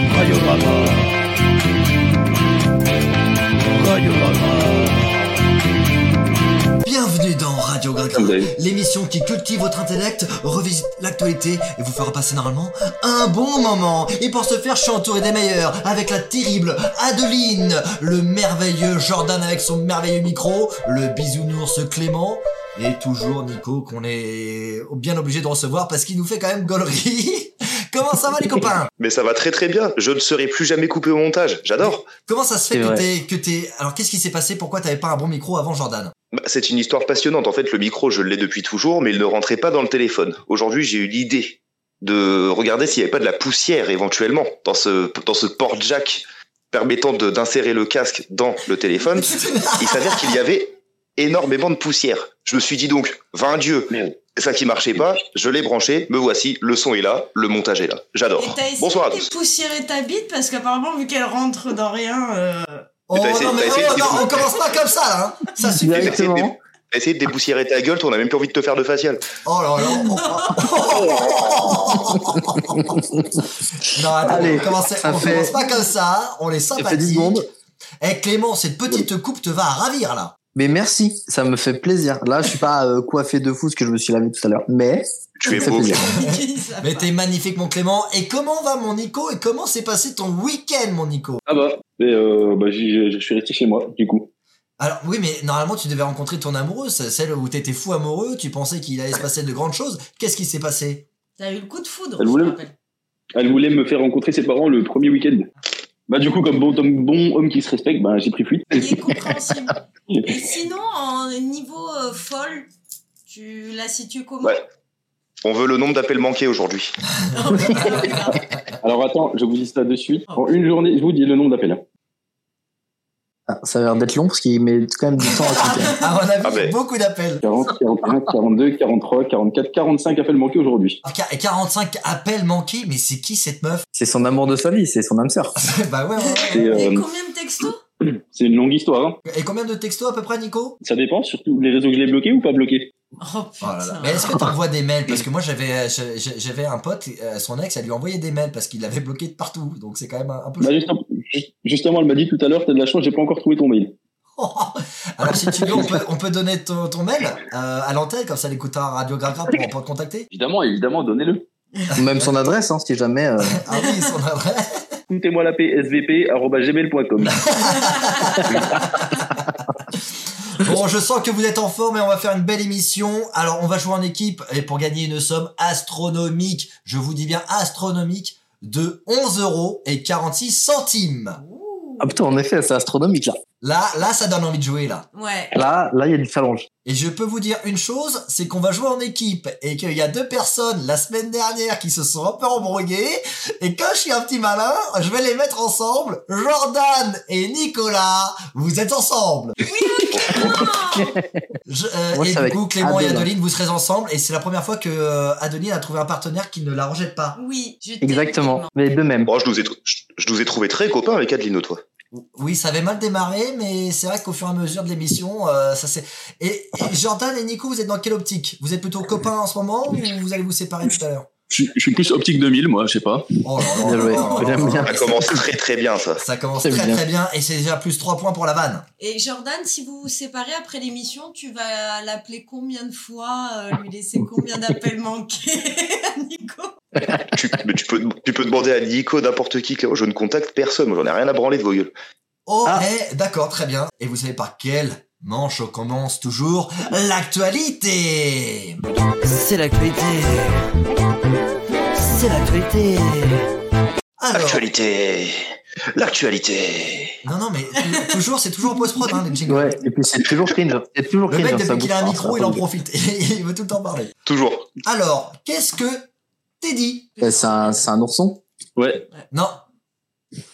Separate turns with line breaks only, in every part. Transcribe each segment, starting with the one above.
Lover. Radio Lover.
Bienvenue dans Radio Gratin,
Salut.
l'émission qui cultive votre intellect, revisite l'actualité et vous fera passer normalement un bon moment. Et pour ce faire, je suis entouré des meilleurs avec la terrible Adeline, le merveilleux Jordan avec son merveilleux micro, le bisounours Clément et toujours Nico qu'on est bien obligé de recevoir parce qu'il nous fait quand même gaulerie. Comment ça va les copains
Mais ça va très très bien. Je ne serai plus jamais coupé au montage. J'adore.
Comment ça se fait
C'est
que
vrai.
t'es que t'es alors qu'est-ce qui s'est passé Pourquoi t'avais pas un bon micro avant Jordan
Bah, C'est une histoire passionnante. En fait, le micro, je l'ai depuis toujours, mais il ne rentrait pas dans le téléphone. Aujourd'hui, j'ai eu l'idée de regarder s'il n'y avait pas de la poussière éventuellement dans ce, dans ce port jack permettant de- d'insérer le casque dans le téléphone. Il s'avère qu'il y avait énormément de poussière. Je me suis dit donc, vain Dieu,
Merde.
ça qui marchait pas, je l'ai branché, me voici, le son est là, le montage est là.
Et
J'adore.
t'as essayé
Bonsoir à
de
tous.
poussiérer ta bite parce qu'apparemment, vu qu'elle rentre dans rien. euh,
Oh
t'as essayé-
non mais
t'as essayé
oh,
de-
non, on commence pas comme ça là. hein. Ça suffit.
Directement.
Essaye de dépoussiérer ta gueule, toi, on a même plus envie de te faire de facial.
Oh là là oh, oh. Non, attends,
Allez,
on, commence,
ça
on
fait-
commence pas comme ça, on est
Ça fait 10
sympathique.
secondes.
Eh Clément, cette petite coupe te va à ravir là.
Mais merci, ça me fait plaisir. Là, je suis pas euh, coiffé de fou parce que je me suis lavé tout à l'heure. Mais
Tu es
Ça fait
beau.
plaisir.
qui savent
Mais
pas.
t'es magnifique mon Clément. Et comment va mon Nico Et comment s'est passé ton week-end mon Nico
Ah bah, mais euh, bah j'y- je, je suis resté chez moi, du coup.
Alors oui, mais normalement tu devais rencontrer ton amoureuse, celle où t'étais fou amoureux, tu pensais qu'il allait se passer de grandes choses. Qu'est-ce qui s'est passé
T'as eu le coup de foudre,
Elle
je
voulait-
me rappelle.
Elle voulait me faire rencontrer ses parents le premier week-end. Bah du coup, comme bon, homme- bon homme qui se respecte, bah j'ai pris fuite.
Il est compréhensible. Et sinon, en niveau euh, folle, tu la situes comment
Ouais. On veut le nombre d'appels manqués aujourd'hui.
Non, mais non, mais non.
Alors attends, je vous dis ça de suite. En une journée, je vous dis le nom d'appel.
Ah, ça a l'air d'être long parce qu'il met quand même du temps à compter.
À mon avis,
Ah, mais-
beaucoup d'appels.
40, 41, 42, 43, 44, 45 appels manqués aujourd'hui.
Ah, quar- 45 appels manqués, mais c'est qui cette meuf
C'est son amour de sa vie, c'est son âme sœur.
Bah ouais, ouais.
C'est, euh,
Et combien de textos
C'est une longue histoire. Hein.
Et combien de textos à peu près Nico
Ça dépend surtout les réseaux que je l'ai bloqués ou pas bloqués.
Oh
Oh là là.
putain.
Mais est-ce que t'envoies des mails Parce que moi j'avais euh, j'a- j'a- j'avais un pote, euh, son ex, elle lui envoyait des mails parce qu'il l'avait bloqué de partout. Donc c'est quand même un, un peu.
Bah, justement, ju- justement, elle m'a dit tout à l'heure, t'as de la chance, j'ai pas encore trouvé ton mail.
Alors si tu veux, on peut, on peut donner ton, ton mail euh, à l'antenne comme ça, elle écoutera Radio Gragra pour, pour te contacter.
Évidemment, évidemment, donnez-le.
Ou Même son adresse, hein, si jamais. euh,
Ah oui, son adresse.
Écoutez-moi la paix, svp.gmail.com.
Bon, je sens que vous êtes en forme et on va faire une belle émission. Alors on va jouer en équipe et pour gagner une somme astronomique, je vous dis bien astronomique, de 11 euros et 46 centimes.
Ouh.
Ah putain, en effet, c'est astronomique là.
Là, là, ça donne envie de jouer là.
Ouais.
Là, là, il y a du challenge.
Et je peux vous dire une chose, c'est qu'on va jouer en équipe et qu'il y a deux personnes la semaine dernière qui se sont un peu embrouillées. Et quand je suis un petit malin, je vais les mettre ensemble. Jordan et Nicolas, vous êtes ensemble.
Non.
Je- euh,
Moi,
et
c'est
du
avec
coup, Clément et
Adeline.
Adeline, vous serez ensemble. Et c'est la première fois que euh, Adeline a trouvé un partenaire qui ne la rejette pas.
Oui, je t'ai-
Exactement. Mais de même.
Oh, je nous ai, trou- je, je nous ai trouvé très copains avec Adeline, toi.
Oui, ça avait mal démarré, mais c'est vrai qu'au fur et à mesure de l'émission, euh, ça c'est. Et, et Jordan et Nico, vous êtes dans quelle optique Vous êtes plutôt copains en ce moment ou vous allez vous séparer tout à l'heure
Je, je suis plus optique 2000, moi, je sais pas.
Oh là là,
Bien joué.
oh là là.
J'aime bien.
Ça commence très très bien, ça.
Ça commence très
C'est bien.
très bien et c'est déjà plus 3 points pour la vanne.
Et Jordan, si vous vous séparez après l'émission, tu vas l'appeler combien de fois, euh, lui laisser combien d'appels manqués à Nico
Tu, mais tu, peux, tu peux demander à Nico, n'importe qui, Clément, je ne contacte personne, moi, j'en ai rien à branler de vos gueules.
Oh,
Ah.
eh, d'accord, très bien. Et vous savez par quelle manche on commence toujours L'actualité
C'est l'actualité. C'est l'actualité.
Alors,
L'actualité L'actualité
non, non, mais euh, toujours, c'est toujours post-prod, hein, les jingles.
Ouais, et puis c'est toujours cringe. C'est toujours
Le
cringe.
mec,
hein, ça
depuis qu'il a un
bouge pas,
micro,
ça
il en
bouge.
profite. il veut tout le temps parler.
Toujours.
Alors, qu'est-ce que t'es dit
Eh, C'est un, c'est un ourson.
Ouais.
Non,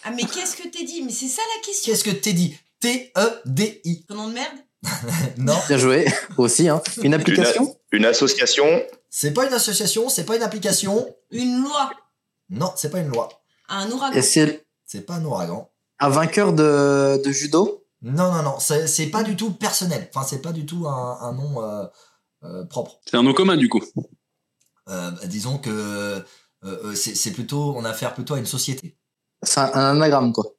Ah mais qu'est-ce que t'es dit Mais c'est ça la question.
qu'est-ce que t'es dit T-E-D-I.
Ton nom de merde
Non,
Bien joué. Aussi, hein. Une application
Une association
c'est pas une association, c'est pas une application.
Une loi.
Non, c'est pas une loi.
Un ouragan.
Et c'est
C'est pas un ouragan.
un vainqueur de, de judo
Non, non, non, c'est c'est pas du tout personnel. Enfin, c'est pas du tout un, un nom euh, euh, propre.
C'est un nom commun, du coup.
Euh, disons que euh, euh, c'est c'est plutôt, on a affaire plutôt à une société.
C'est un, un anagramme, quoi.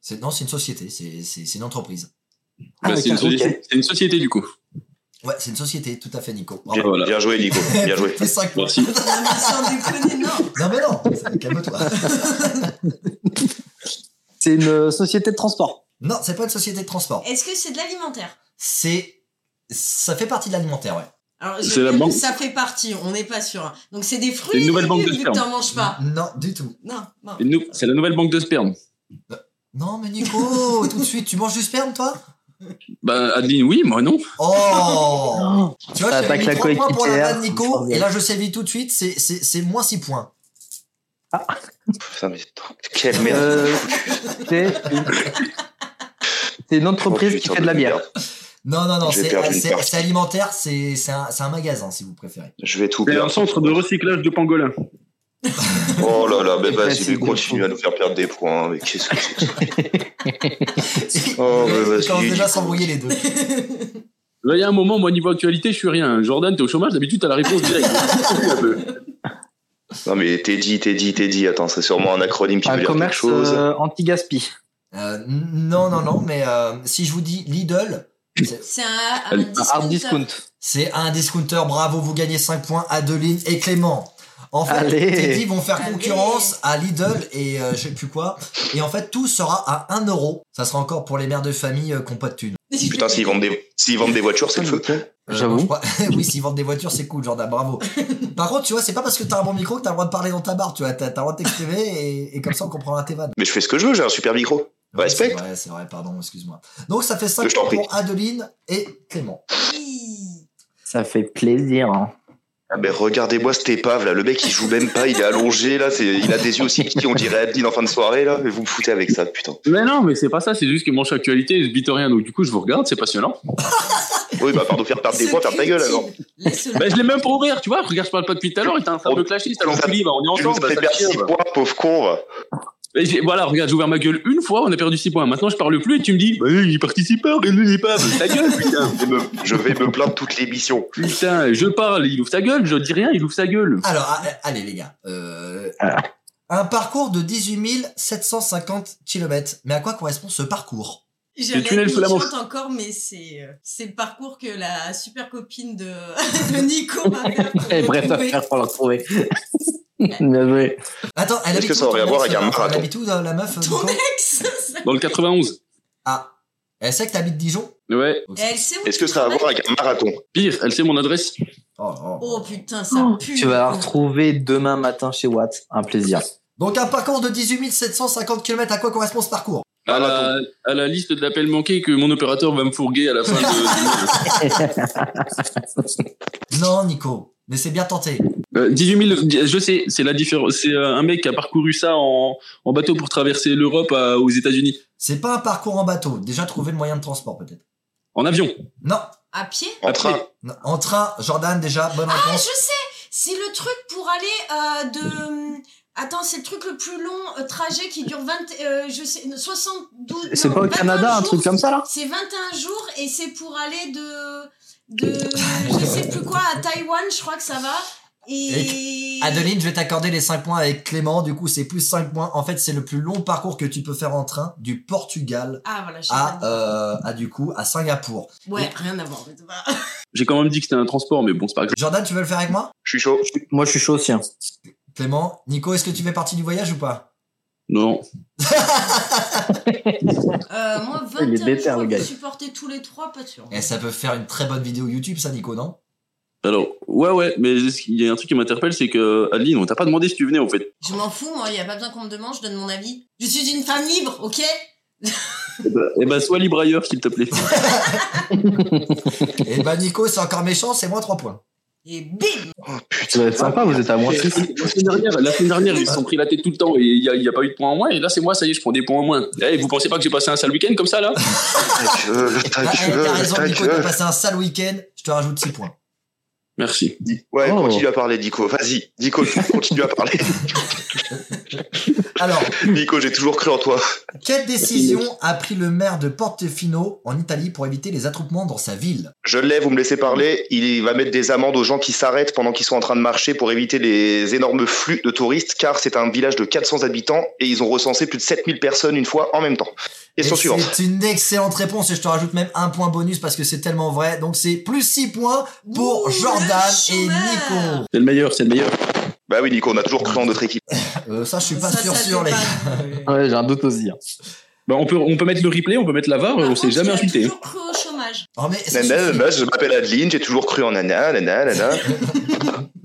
C'est, non, c'est une société, c'est, c'est, c'est une entreprise.
Bah, c'est une,
d'accord,
société-
Ah, ok.
c'est une société du coup.
Ouais, c'est une société, tout à fait, Nico.
Bien,
voilà.
bien joué, Nico. Bien joué.
Plus cinq points.
Merci.
Sans déconner, non.
Non, mais non, c'est- calme-toi.
C'est une euh, société de transport.
Non, c'est pas une société de transport.
Est-ce que c'est de l'alimentaire
C'est. Ça fait partie de l'alimentaire, ouais.
Alors, je-
C'est la banque.
Ça fait partie, on n'est pas sûr. hein. Donc, c'est des
C'est
fruits
une
et
nouvelle banque
légumes,
de
vu que
sperme.
t'en manges pas.
Non, du tout.
Non, non.
Et nous, C'est la nouvelle banque de sperme.
Non, mais Nico, tout de suite, tu manges du sperme, toi
Bah, Adeline, oui, moi non.
Oh Tu vois,
Ça
je
attaque
t'avais
la
mis trois points pour la
coéquipière.
vanne, Nico, et là, je sévis tout de suite, c'est- c'est c'est moins 6 points.
Putain, mais quelle merde.
Euh, c'est une... c'est une entreprise
Oh,
qui
putain
fait de la bière.
merde.
Non, non, non,
J'ai
c'est
perdu une
c'est-
partie.
c'est alimentaire, c'est c'est un, c'est un magasin, si vous préférez.
Je vais tout
C'est
perdre.
un centre de recyclage de pangolin.
Oh là là, mais
C'est
vas-y,
facile
mais
de
continue à nous faire perdre des points. Mais qu'est-ce que c'est que ça Oh, mais
Ils
vas-y,
commencent déjà à
Nico.
s'embrouiller, les deux.
Là, il y a un moment, moi, niveau actualité, je suis rien. Jordan, t'es au chômage, d'habitude, t'as la réponse directe. Un peu.
Non, mais Teddy, Teddy, Teddy, attends, c'est sûrement un acronyme qui veut
Un
dire quelque
commerce
chose.
euh, anti-gaspi.
Euh, n- non, non, non, mais euh, si je vous dis Lidl, c'est-
C'est un, un
Un
Un
discounter.
hard discount.
c'est un discounter, bravo, vous gagnez 5 points, Adeline et Clément. En fait,
Allez.
Teddy vont faire
Allez.
concurrence à Lidl et euh, je sais plus quoi. Et en fait, tout sera à 1 euro. Ça sera encore pour les mères de famille euh, qui n'ont pas de thunes.
Putain, s'ils vendent des, s'ils vendent des voitures, c'est le feu.
Euh,
J'avoue.
je crois- oui, s'ils vendent des voitures, c'est cool, Jordan, bravo. Par contre, tu vois, c'est pas parce que t'as un bon micro que t'as le droit de parler dans ta barre, tu vois. T'as t'as le droit de t'exprimer et, et comme ça, on comprendra tes vannes.
Mais je fais ce que je veux, j'ai un super micro.
Ouais,
Respect.
C'est vrai, c'est vrai, pardon, excuse-moi. Donc, ça fait 5
Je t'en
points
prie.
pour Adeline et Clément.
Oui.
Ça fait plaisir. hein.
Ah, mais regardez-moi cette épave, là. Le mec, il joue même pas, il est allongé, là. C'est, il a des yeux aussi petits, on dirait Adeline en fin de soirée, là. Mais vous me foutez avec ça, putain.
Mais non, mais c'est pas ça, c'est juste que manche actualité, je bite rien. Donc, du coup, je vous regarde, c'est passionnant.
Oui, bah, pardon, faire perdre des
Ce
points, faire ta gueule,
cultive.
alors.
Laisse-le.
Bah, je l'ai même pas ouvert, tu vois. Regarde, je parle pas depuis tout à l'heure, et t'es un simple clashiste. Alors,
Ça-
Julie, bah, on est
Tu nous
ensemble.
as
bah,
fait
ça
perdre
tire.
6 points, pauvre con, va.
Et j'ai- voilà, regarde, j'ai ouvert ma gueule une fois, on a perdu 6 points. Maintenant, je parle plus et tu me dis, bah, il participe pas, il n'est pas. Ta gueule, putain.
Je vais me- Je vais me plaindre toute l'émission.
Putain, je parle, il ouvre sa gueule, je dis rien, il ouvre sa gueule.
Alors, a- allez, les gars. euh,
Ah.
Un parcours de 18 750 km. Mais à quoi correspond ce parcours
J'ai
Le tunnel sous la Manche.
encore, mais c'est euh, c'est le parcours que la super copine de, de Nico va faire. pour
Et Eh, bref, à
retrouver.
faire pour le retrouver. Bien joué.
Attends, elle
Est-ce
habite
que
où,
ça aurait à
ton
voir
ex,
avec un
euh,
marathon
Elle habite où, la la meuf euh,
Ton
Nico
ex ça-
Dans le 91.
Ah, elle sait que t'habites Dijon
Ouais.
Et Elle sait où
Est-ce
tu
que ça a à voir
travailles
avec un marathon
Pire, elle sait mon adresse.
Oh, oh.
Oh putain, ça pue.
Tu vas la retrouver demain matin chez Watt. Un plaisir.
Donc un parcours de 18 750 km, à quoi correspond ce parcours
À la,
Marathon.
à la liste de l'appel manqué que mon opérateur va me fourguer à la fin de.
Non, Nico, mais c'est bien tenté.
Euh, 18 000, je sais, c'est la différence. C'est euh, un mec qui a parcouru ça en, en bateau pour traverser l'Europe à- aux États-Unis.
C'est pas un parcours en bateau. Déjà trouvé le moyen de transport peut-être.
En avion.
Non,
À pied
En
Après.
train
non. en train, Jordan déjà, bonne
Ah, je
réponse.
sais C'est le truc pour aller euh, de. Attends, c'est le truc le plus long euh, trajet qui dure 20. euh, je sais, 72.
C'est
non,
pas au
21
Canada, un
jours.
truc comme ça, là
C'est 21 jours et c'est pour aller de. de. je sais plus quoi, à Taïwan, je crois que ça va. Et.
Adeline, je vais t'accorder les 5 points avec Clément, du coup c'est plus 5 points. En fait c'est le plus long parcours que tu peux faire en train du Portugal
Ah euh, voilà, je sais
à,
pas.
euh, à du coup à Singapour.
Ouais, rien à voir en fait. Bah,
J'ai quand même dit que c'était un transport, mais bon, c'est pas grave.
Jordan, tu veux le faire avec moi
Je suis chaud.
Moi, je suis chaud aussi. hein.
Clément, Nico, est-ce que tu fais partie du voyage ou pas
Non.
euh, moi, 21
Il est déter,
jours,
le gars.
vous supportez tous les trois, pas sûr.
Et Eh, ça peut faire une très bonne vidéo YouTube ça Nico, non
Alors, ouais, ouais, mais il y a un truc qui m'interpelle, c'est que Adeline, on t'a pas demandé si tu venais, en fait.
Je m'en fous, moi, il a pas besoin qu'on me demande, je donne mon avis. Je suis une femme libre, ok
Eh ben, eh ben, sois libre ailleurs, s'il te plaît.
Et bah Nico, c'est encore méchant, c'est moins 3 points.
Et bim
Ça doit être sympa, vous êtes à moins 6.
La semaine dernière, la semaine dernière, ils se sont pris la tête tout le temps et il n'y a, il y a pas eu de points en moins. Et là, c'est moi, ça y est, je prends des points en moins. Eh, vous pensez pas que j'ai passé un sale week-end comme ça, là
Ta gueule, ta
Bah,
Ah, eh,
gueule,
T'as raison
ta
Nico,
gueule.
t'as passé un sale week-end, je te rajoute 6 points.
Merci.
Ouais,
Oh.
continue à parler, Dico. Vas-y, Dico, continue à parler.
Alors,
Nico, j'ai toujours cru en toi.
quelle décision a pris le maire de Portofino en Italie pour éviter les attroupements dans sa ville
Je l'ai, vous me laissez parler. Il va mettre des amendes aux gens qui s'arrêtent pendant qu'ils sont en train de marcher pour éviter les énormes flux de touristes, car c'est un village de 400 habitants et ils ont recensé plus de 7000 personnes une fois en même temps. Question
Et
suivante.
C'est une excellente réponse et je te rajoute même un point bonus parce que c'est tellement vrai. Donc c'est plus 6 points pour
Ouh, le
Jordan et
chômeur.
Nico.
C'est le meilleur, c'est le meilleur.
Bah oui, Nico, on a toujours cru en notre équipe.
Euh, ça, je suis pas
Ça,
sûr
ça
sûr, les
dépanne.
gars.
Ouais, j'ai un doute aussi. hein.
Bah, on, peut, on peut mettre le replay, on peut mettre la VAR,
Par
on
contre,
s'est jamais
il a
insulté. hein.
toujours cru
hein.
au chômage.
Oh, mais ça
Nana,
suffit.
nana, je m'appelle Adeline, j'ai toujours cru en nana, nana, nana.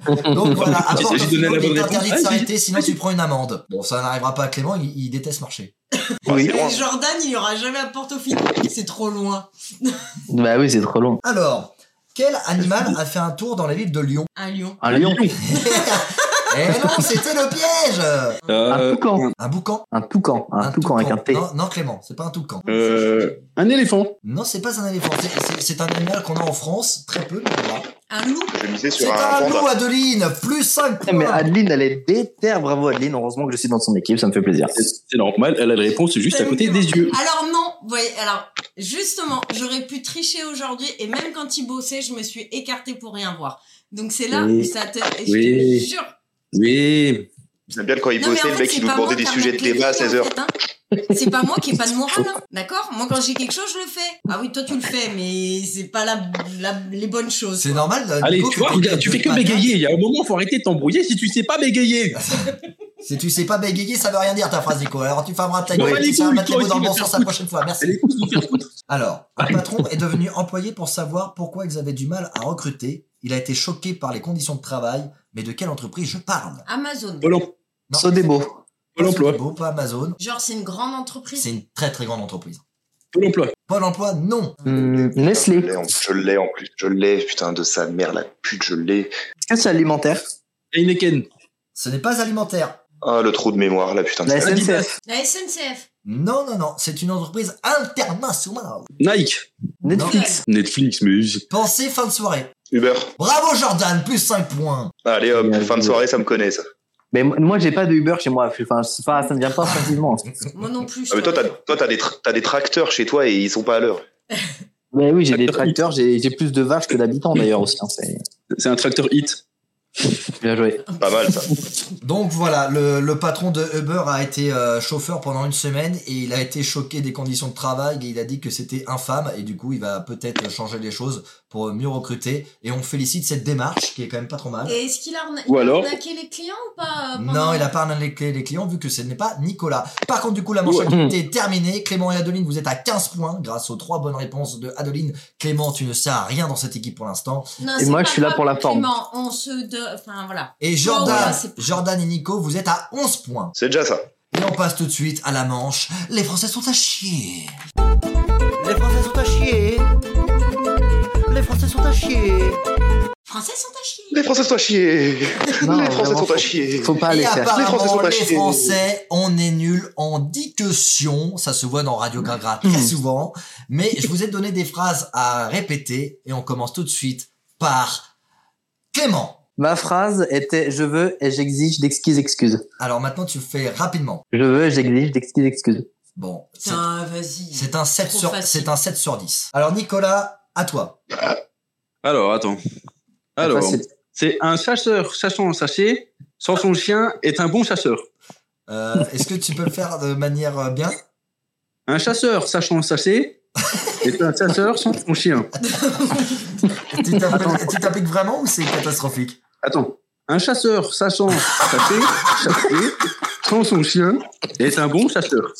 Donc voilà, à
Il
Portofino,
s'agit de donner la bonne
il est
réponse.
interdit de
Vas-y.
s'arrêter, sinon tu prends une amende. Bon, ça n'arrivera pas à Clément, il, il déteste marcher.
Oui.
Bah, loin.
Et Jordan, il ira jamais à Portofino. C'est trop loin.
Bah oui, c'est trop long.
Alors, quel animal a fait un tour dans la ville de Lyon
Un lion.
Ah
Un lion.
Eh non, c'était le piège
Un
Euh,
toucan.
Un boucan
Un toucan. Un toucan avec un T.
Non, non, Clément, c'est pas un toucan.
euh, un éléphant.
Non, c'est pas un éléphant. C'est- c'est- C'est un animal qu'on a en France, très peu, mais on l'a.
Un loup.
Je misais
C'est
sur un,
un
panda.
loup, Adeline Plus 5
Eh, Mais
points
Adeline, elle est déter. Bravo Adeline. Heureusement que je suis dans son équipe, ça me fait plaisir.
C'est c'est normal, elle a la réponse juste à côté des yeux.
Alors non, vous voyez, alors justement, j'aurais pu tricher aujourd'hui et même quand il bossait, je me suis écartée pour rien voir. Donc c'est là
Oui.
où ça te... et
Oui.
Je te jure.
Oui.
J'aime bien quand il
Non, mais
bossait,
en
le
fait,
mec,
c'est
il nous
pas
demandait
moi
des
qui a
sujets de
manqué
débat à
le fil,
16h.
en fait, hein. C'est pas moi qui ai pas de morale, hein, d'accord Moi, quand j'ai quelque chose, je le fais. Ah oui, toi, tu le fais, mais c'est pas la, la- les bonnes choses.
C'est normal. euh,
Allez,
Nico,
tu vois,
que
regarde, tu fais que
matin,
bégayer. Il y a un moment, faut arrêter de t'embrouiller si tu sais pas bégayer.
Si tu sais pas bégayer, ça veut rien dire ta phrase, Nico. Alors tu fermeras ta
Bon,
gueule.
allez,
Tu fermeras
couille,
tes mots
toi
dans le
aussi,
bon
va
sens
faire
la prochaine fois. Merci.
Allez, tous vous faire foutre.
Alors, un patron est devenu employé pour savoir pourquoi ils avaient du mal à recruter. Il a été choqué par les conditions de travail. Mais de quelle entreprise je parle
Amazon.
Pôle em-
Non,
Sodebo.
Pôle emploi.
Beau, pas Amazon.
Genre, c'est une grande entreprise.
C'est une très très grande entreprise.
Pôle emploi.
Pôle emploi, non.
Hmm,
Je
Nestlé.
l'ai en- je l'ai en plus, je l'ai, putain de sa mère la pute, je l'ai.
Est-ce que c'est alimentaire
Heineken.
Ce n'est pas alimentaire.
Ah, le trou de mémoire, la putain de
La
sa mère.
SNCF.
La SNCF.
Non, non, non. C'est une entreprise internationale.
Nike.
Netflix.
Netflix, mais.
Pensez fin de soirée.
Uber.
Bravo Jordan, plus 5 points.
Allez hop,
Bien
fin de
joué.
soirée, ça me connaît ça.
Mais moi- moi, j'ai pas de Uber chez moi. Enfin, je sais pas, ça ne vient pas facilement.
Moi non plus. je
Ah, mais toi,
te
t'as, toi, t'as des, tra- t'as des tracteurs chez toi et ils sont pas à l'heure.
Mais oui, j'ai des tracteurs. J'ai j'ai plus de vaches que d'habitants d'ailleurs aussi. hein, c'est-
C'est un tracteur hit.
Bien joué.
Pas mal ça.
Donc voilà, le, le patron de Uber a été euh, chauffeur pendant une semaine et il a été choqué des conditions de travail et il a dit que c'était infâme et du coup il va peut-être changer les choses pour mieux recruter et on félicite cette démarche qui est quand même pas trop mal.
Et est-ce qu'il a arna-
Ou
il a
alors-
arnaqué les clients ou pas euh, pendant-
Non, il a pas les, clés- les clients vu que ce n'est pas Nicolas. Par contre, du coup, la manche à
Ouais.
côté est terminée. Clément et Adeline, vous êtes à 15 points grâce aux trois bonnes réponses de Adeline. Clément, tu ne sers à rien dans cette équipe pour l'instant.
Non, c'est
Et moi,
pas
je suis là
grave,
pour la forme.
Clément, on se... de- Enfin, voilà.
Et Jordan,
ouais, c'est pas-
Jordan et Nico, vous êtes à 11 points.
C'est déjà ça.
Et on passe tout de suite à la manche. Les Français sont à chier. Les Français sont à chier. Les Français sont à chier.
Français sont à chier.
Les Français sont à chier.
Non,
les Français
vraiment,
sont à
faut-
chier.
Faut pas les
Et
faire.
apparemment, les
Français sont à
Français,
chier.
on est nuls, on dit que Sion, ça se voit dans Radio Gragra très souvent, mais je vous ai donné des phrases à répéter et on commence tout de suite par Clément.
Ma phrase était je veux et j'exige d'exquises excuses.
Alors maintenant, tu fais rapidement.
Je veux et j'exige d'exquises excuses.
Bon, c'est-
Putain, vas-y.
c'est un 7
Trop
sur,
facile.
c'est un 7 sur 10. Alors Nicolas, à toi.
Alors, attends. Alors,
Facile.
c'est un chasseur chassant un sachet sans son chien est un bon chasseur.
Euh, Est-ce que tu peux le faire de manière euh, bien
Un chasseur sachant un sachet est un chasseur sans son chien.
Tu t'appelles- tu t'appliques vraiment ou c'est catastrophique
Attends. Un chasseur sachant sachet, sachet sans son chien est un bon chasseur.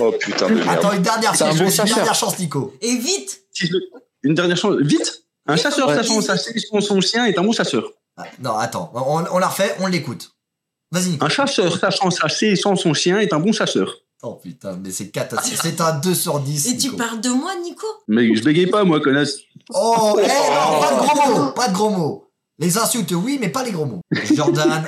Oh putain de merde.
Attends, une dernière
C'est un
chance,
bon
une
chercheur.
dernière chance, Nico.
Et vite
Si je le- Une dernière chance. Vite Un chasseur
Ouais.
sachant un sachet sans son chien est un bon chasseur.
Ah, Non, attends, on, on la refait, on l'écoute. Vas-y, Nico.
Un chasseur sachant un sachet sans son chien est un bon chasseur.
Oh putain, mais c'est catastrophique. C'est un 2 sur 10.
Et tu
Nico.
parles de moi, Nico
Mais je bégaye pas, moi, connasse.
Oh, eh non,
Oh.
pas de gros mots, pas de gros mots. Les insultes, oui, mais pas les gros mots. Jordan,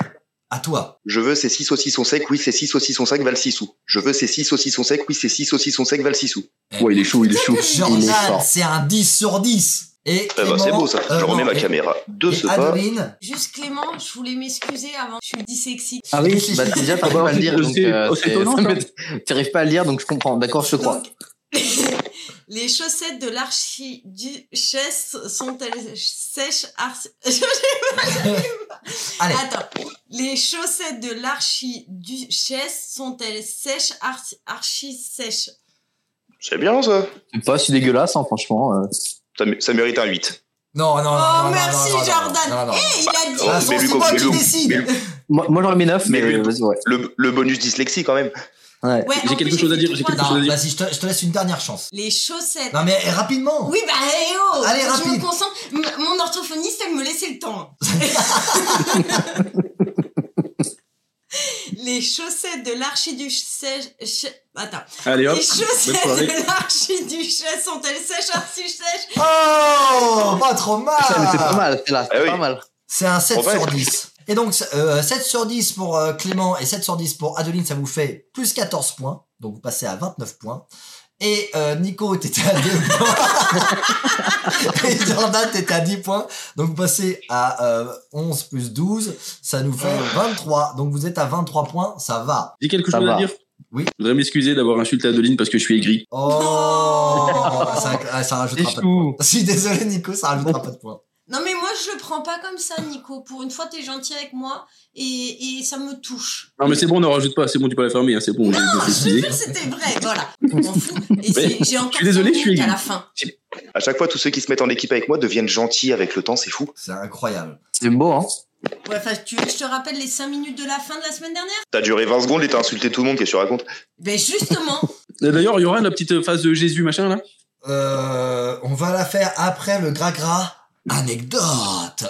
à toi.
Je veux ces 6 saucissons secs, oui, ces 6 saucissons secs valent 6 sous. Je veux ces 6 saucissons secs, oui, ces 6 saucissons secs valent 6 sous. Eh
Ouais, il est chaud, il est chaud.
Il est
Jordan,
fort.
c'est un 10 sur 10. Et
Eh ben, c'est
Clément-
beau ça.
euh,
je remets
non,
ma
et-
caméra de
Et
ce pas.
Adeline,
Juste Clément, je voulais m'excuser avant. Je suis dyslexique.
Ah oui, bah, déjà, t'arrives pas à le lire.
C'est-
donc, euh,
c'est étonnant,
ça
ça.
m'étonne. T'arrives pas à le lire, donc je comprends. D'accord, je te crois.
Donc, les chaussettes de l'archiduchesse sont-elles sèches arti-
allez,
Attends. Les chaussettes de l'archiduchesse sont-elles sèches arti- archi-sèches
C'est bien ça.
C'est pas si dégueulasse, hein, franchement. euh.
Ça, mé- ça mérite un 8.
non, non, non,
Oh,
non, non, non,
merci,
non, non,
Jordan.
non, non, non.
Eh, il a dit
Ah,
mais
c'est
lui,
moi
mais
qui
lui, mais
décide.
lui.
Moi, moi, j'aurais mis 9, mais,
Mais lui-
euh, vas-y, ouais.
Le, le bonus dyslexie quand même.
ouais.
Ouais,
J'ai
en
quelque
plus,
chose à dire,
fait
j'ai
trois
quelque
ans.
chose à
Non,
dire.
vas-y, je te, je te laisse une dernière chance.
Les chaussettes.
Non, mais rapidement.
Oui, bah, hey, oh,
Allez,
je
rapide.
me concentre. M- mon orthophoniste, elle me laissait le temps. hein. Les chaussettes de l'archiduchesse. che- Attends.
Allez hop.
Les
bonne
chaussettes
soirée.
de l'archiduchesse sont-elles sèches, archi-sèches
Oh, pas trop mal.
Putain, Ah, mais c'est pas mal, c'est là, c'est
Ah oui.
pas mal.
C'est un 7
En vrai.
sur 10. Et donc, euh, 7 sur 10 pour euh, Clément et 7 sur 10 pour Adeline, ça vous fait plus 14 points. Donc, vous passez à 29 points. Et euh, Nico, t'étais à 2 points. et Jordan, t'étais à 10 points. Donc, vous passez à euh, 11 plus 12. Ça nous fait 23. Donc, vous êtes à 23 points. Ça va.
J'ai quelque
Ça
chose
va.
à dire
Oui.
Je voudrais m'excuser d'avoir insulté Adeline parce que je suis aigri.
Oh,
Non.
ça, ah, ça rajoutera pas de points.
Échoue.
Je suis désolé, Nico, ça rajoutera pas de points.
Non, mais moi, je le prends pas comme ça, Nico. Pour une fois, t'es gentil avec moi et, et ça me touche.
Non mais c'est bon, on n'en rajoute pas. C'est bon, tu peux la fermer. hein, C'est bon. je- je
Non,
l'ai
je te
utilisé.
jure, c'était vrai. Voilà. On s'en fout. Et c'est- j'ai encore
suis désolé,
cinq
je suis
minutes à
aigri.
la fin.
À chaque fois, tous ceux qui se mettent en équipe avec moi deviennent gentils avec le temps, c'est fou.
C'est incroyable.
C'est beau, hein.
Ouais, enfin, tu veux que je te rappelle les 5 minutes de la fin de la semaine dernière
T'as duré 20 secondes et t'as insulté tout le monde, qu'est-ce que tu racontes
Ben justement.
Et D'ailleurs, il y aura la petite phase de Jésus machin là.
Euh, on va la faire après le gras-gras. Anecdote.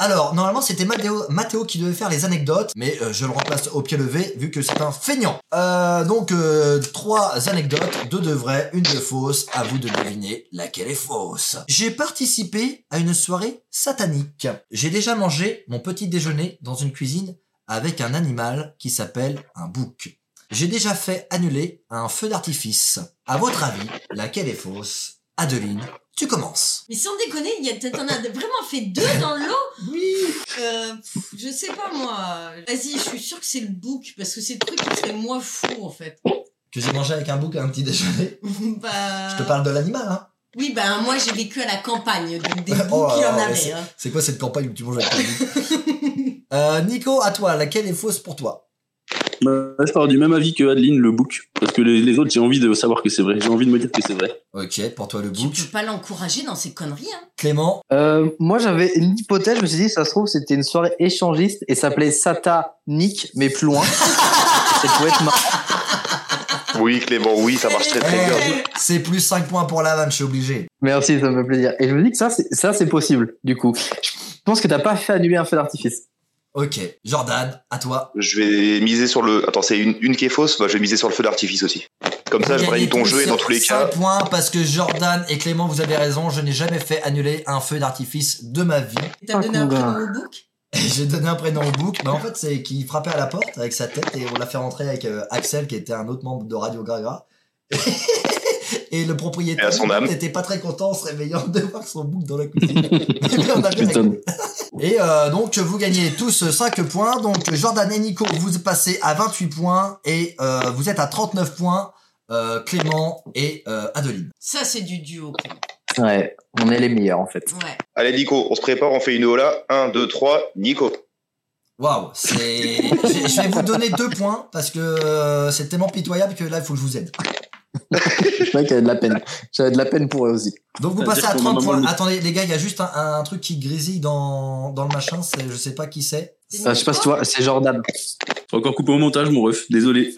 Alors, normalement, c'était Mathéo, Mathéo qui devait faire les anecdotes, mais euh, je le remplace au pied levé, vu que c'est un feignant. Euh, donc, euh, trois anecdotes, deux de vraies, une de fausse. À vous de deviner laquelle est fausse. J'ai participé à une soirée satanique. J'ai déjà mangé mon petit déjeuner dans une cuisine avec un animal qui s'appelle un bouc. J'ai déjà fait annuler un feu d'artifice. À votre avis, laquelle est fausse Adeline, tu commences.
Mais sans déconner, il y a peut-être en a vraiment fait deux dans l'eau.
Oui.
Euh, pff, je sais pas moi. Vas-y, je suis sûre que c'est le bouc parce que c'est le truc qui serait moins fou en fait.
Que j'ai mangé avec un bouc à un petit déjeuner.
bah.
Je te parle de l'animal, hein.
Oui, ben moi j'ai vécu à la campagne, donc des boucs
Oh là
il y en
là,
avait. hein.
C'est quoi cette campagne où tu manges avec ta vie euh, Nico, à toi, laquelle est fausse pour toi
Bah, je pars du même avis que Adeline le book parce que les, les autres, j'ai envie de savoir que c'est vrai. J'ai envie de me dire que c'est vrai.
Ok, pour toi le
Tu peux
bouc.
pas l'encourager dans ses conneries. Hein.
Clément,
Euh, moi, j'avais une hypothèse. Je me suis dit, ça se trouve, c'était une soirée échangiste et ça s'appelait Satanique, mais plus loin. ça pouvait être marrant.
Oui, Clément, oui, ça marche très très
eh,
bien.
c'est plus 5 points pour la vanne, je suis obligé.
Merci, ça me fait plaisir. Et je me dis que ça, c'est, ça, c'est possible, du coup. Je pense que t'as pas fait annuler un feu d'artifice.
Ok, Jordan, à toi.
Je vais miser sur le. Attends, c'est une, une qui est fausse, bah, je vais miser sur le feu d'artifice aussi. Comme ça, je braille ton jeu et dans tous les cas.
5 points parce que Jordan et Clément, vous avez raison, je n'ai jamais fait annuler un feu d'artifice de ma vie.
Et T'as
Ah,
donné un
con,
prénom au bouc
Et J'ai donné un prénom au bouc, mais en fait c'est qui frappait à la porte avec sa tête et on l'a fait rentrer avec euh, Axel qui était un autre membre de Radio Gragra. et le
Et
propriétaire
à son âme.
n'était pas très content en se réveillant de voir son bouc dans la cuisine. Mais bien, on a bien
Putain.
rigolé. et euh, donc vous gagnez tous 5 points. Donc Jordan et Nico, vous passez à 28 points et euh, vous êtes à 39 points. euh, Clément et euh, Adeline.
Ça c'est du duo.
Ouais, on est les meilleurs, en fait.
Ouais.
Allez, Nico, on se prépare, on fait une hola. 1, 2, 3, Nico.
Waouh, c'est. je je vais vous donner deux points parce que euh, c'est tellement pitoyable que là il faut que je vous aide.
C'est vrai qu'il y avait de la peine. J'avais de la peine pour eux aussi.
Donc vous passez
C'est-à-dire
à
qu'on
30
m'a
points.
demandé-
Attendez, les gars, il y a juste un, un truc qui grésille dans, dans le machin, c'est, je sais pas qui c'est.
Ça, je sais pas si tu vois, c'est Jordan.
Faut encore coupé au montage, mon ref. Désolé.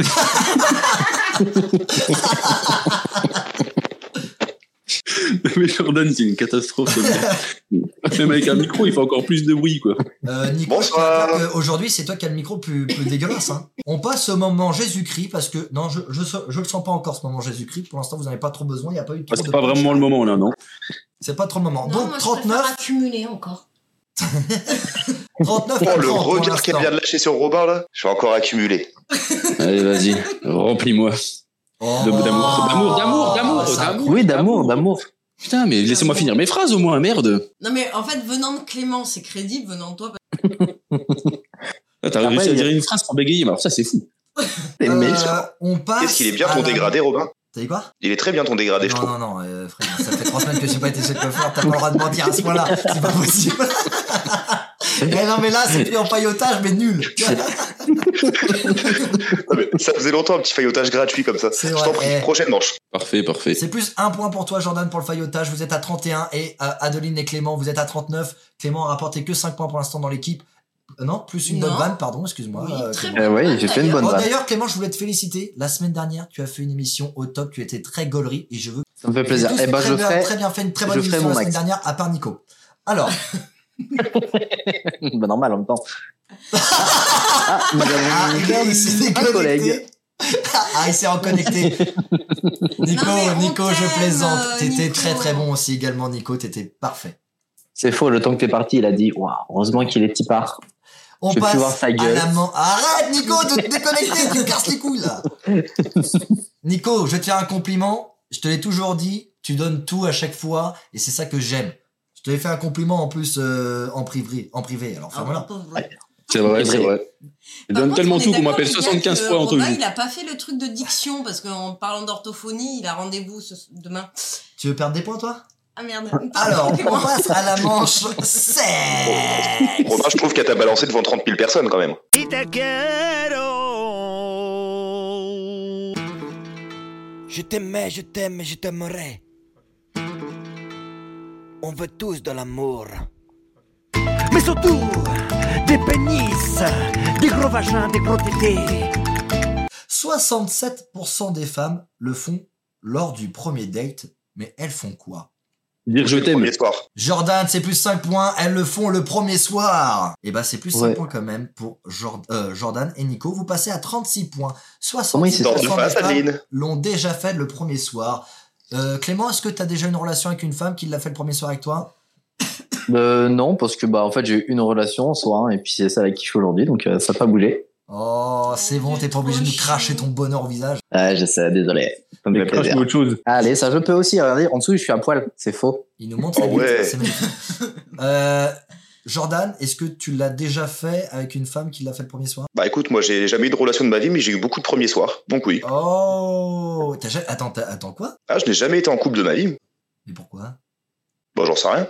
Mais Jordan, c'est une catastrophe. ce mec. Même avec un micro, il fait encore plus de bruit, quoi.
Euh, Nico,
Bonsoir.
je t'attaque, euh, aujourd'hui c'est toi qui as le micro plus, plus dégueulasse. Hein. On passe au moment Jésus-Christ parce que... Non, je, je, so- je le sens pas encore ce moment Jésus-Christ. Pour l'instant vous n'en avez pas trop besoin, il n'y a pas eu trop
Ah, c'est
de...
pas vraiment le moment, là, non
C'est pas trop le moment.
Non,
Donc
moi, je
39,
préfère accumuler encore.
39 à
Oh, le
30 pour
regard qu'elle
l'instant.
vient de lâcher sur Robin, là. Je vais encore accumuler.
Allez, vas-y. Remplis-moi.
Oh.
De- d'amour, d'amour, d'amour,
Ah,
d'amour,
Ça-
d'amour.
Oui, d'amour, d'amour.
Putain, mais laissez-moi finir mes phrases au moins, merde.
Euh, Non, mais en fait, venant de Clément, c'est crédible, venant de toi.
Ah, T'as
Après,
réussi à
il y a-
dire une phrase sans bégayer, mais alors ça c'est fou.
T'es le
Euh,
meilleur.
on passe.
Qu'est-ce qu'il est bien
à
ton
la-
dégradé, Robin
T'as dit quoi
Il est très bien ton dégradé, je
Non, non,
trouve.
non, euh, frère, ça fait trois semaines que j'ai pas été chez le coiffeur, t'as pas le droit de mentir à ce point-là, c'est pas possible. eh non, mais là, c'est plus en paillotage, mais nul.
Ah, mais ça faisait longtemps un petit faillotage gratuit comme ça.
C'est
Je
vrai,
t'en prie,
eh.
prochaine manche.
Parfait, parfait.
C'est plus un point pour toi, Jordan, pour le faillotage. Vous êtes à 31 et euh, Adeline et Clément, vous êtes à 39. Clément a rapporté que 5 points pour l'instant dans l'équipe. Euh, non, plus une
Non.
bonne vanne, pardon, excuse-moi.
Oui,
euh,
très
Clément.
bonne
Eh oui, j'ai fait une bonne
Oh,
vanne.
D'ailleurs, Clément, je voulais te féliciter. La semaine dernière, tu as fait une émission au top. Tu étais très gaulerie et je veux.
Ça me fait plaisir.
Vous tous
Eh ben,
très
je
bien,
ferai.
très bien fait une très
je
bonne
ferai
émission
mon
la semaine
max.
dernière à part Nico. Alors,
Bah, normal en même temps. Ah, nous
ah,
avons
il s'est
un
déconnecté.
collègue.
ah, il s'est reconnecté. Nico,
Non, mais on
Nico, je
t'aime,
plaisante.
euh,
T'étais
Nico.
très très bon aussi également, Nico. T'étais parfait.
C'est faux, le temps que t'es parti, il a dit Waouh, heureusement qu'il est petit part.
On
Je vais
passe
plus voir sa
à
gueule.
la man- Arrête, Nico, de te déconnecter, tu me casses les couilles, là. Nico, je vais te faire un compliment. Je te l'ai toujours dit, tu donnes tout à chaque fois, et c'est ça que j'aime. Je te l'ai fait un compliment en plus euh, en privé, en privé. Alors, enfin,
Ah,
voilà.
pauvre. Par
C'est vrai,
C'est
c'est
vrai.
vrai. Il donne
contre, on
tellement
est
tout qu'on
d'accord,
m'appelle
les gars,
75
que
fois
Robin,
entrevue.
il a pas fait le truc de diction parce qu'en parlant d'orthophonie, il a rendez-vous ce- demain.
Tu veux perdre des points, toi
Ah merde.
Alors,
Pardon, Clément.
on passe à la manche 7.
Robin, je trouve qu'elle t'a balancé devant 30 000 personnes quand même.
Y te quiero.
Je t'aimais, je t'aime et je t'aimerai. On veut tous de l'amour.
Mais surtout, des pénis, des gros vagins, des gros tétés.
67% des femmes le font lors du premier date, mais elles font quoi
Dire je t'aime.
Premier soir.
Jordan, c'est plus 5 points. Elles le font le premier soir. Et bah, c'est plus 5
Ouais.
points quand même pour Jord- euh, Jordan et Nico. Vous passez à 36 points. 60
Comment il s'est
Dans deux faces, Adeline.
l'ont déjà fait le premier soir. Euh, Clément, est-ce que t'as déjà une relation avec une femme qui l'a fait le premier soir avec toi
Euh, non, parce que bah en fait j'ai eu une relation en soi, hein, et puis c'est ça la kiffe aujourd'hui, donc euh, ça n'a pas bougé.
Oh, c'est bon, t'es pas obligé de nous
Trop
cracher
chaud.
ton bonheur au visage.
Ah, je sais, désolé. Ça me fait plaisir.
autre chose.
Allez, ça je peux aussi. Regardez, en dessous je suis à poil. C'est faux.
Il nous montre
Oh
ses bites,
ouais.
c'est magnifique. Euh, Jordan, est-ce que tu l'as déjà fait avec une femme qui l'a fait le premier soir
Bah écoute, moi j'ai jamais eu de relation de ma vie, mais j'ai eu beaucoup de premiers soirs. Donc oui.
Oh t'as ja- Attends, t'as- attends quoi
Ah, je n'ai jamais été en couple de ma vie.
Mais pourquoi
Bon, j'en sais rien.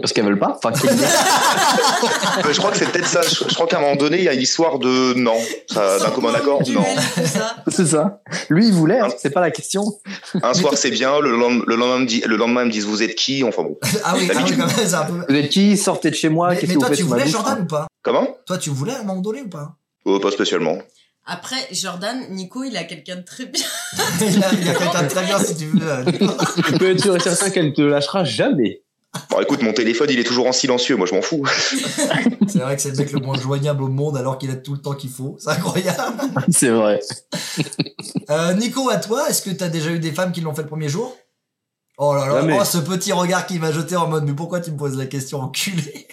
parce qu'elles veulent pas. Enfin, quelle idée.
Mais je crois que c'est peut-être ça. Je, je crois qu'à un moment donné, il y a une histoire de non. Ça, euh, D'un commun accord,
Duel,
non.
tout ça.
c'est ça. Lui il voulait. hein, c'est pas la question.
Un soir c'est bien, le, lend- le lendemain, me dit- le lendemain ils me disent vous êtes qui Enfin bon.
Ah oui, ah oui, quand même, c'est un peu...
Vous êtes qui Sortez de chez moi.
Mais,
Ah, Qu'est-ce
mais
que vous
toi,
faites
tu
sous ma
voulais
douche
Jordan ou pas
Comment
Toi, tu voulais à un moment donné ou pas
Oh, Pas spécialement.
Après, Jordan, Nico, il a quelqu'un de très bien.
Il y a, il y a quelqu'un de très bien si tu veux. euh, Nico.
Tu peux être sûr et certain qu'elle ne te lâchera jamais.
Bon écoute, mon téléphone il est toujours en silencieux, moi je m'en fous.
C'est vrai que c'est le mec le moins joignable au monde alors qu'il a tout le temps qu'il faut. C'est incroyable.
C'est vrai.
Euh, Nico, à toi, est-ce que t'as déjà eu des femmes qui l'ont fait le premier jour Oh là là,
Jamais.
oh, ce petit regard qu'il m'a jeté en mode mais pourquoi tu me poses la question enculé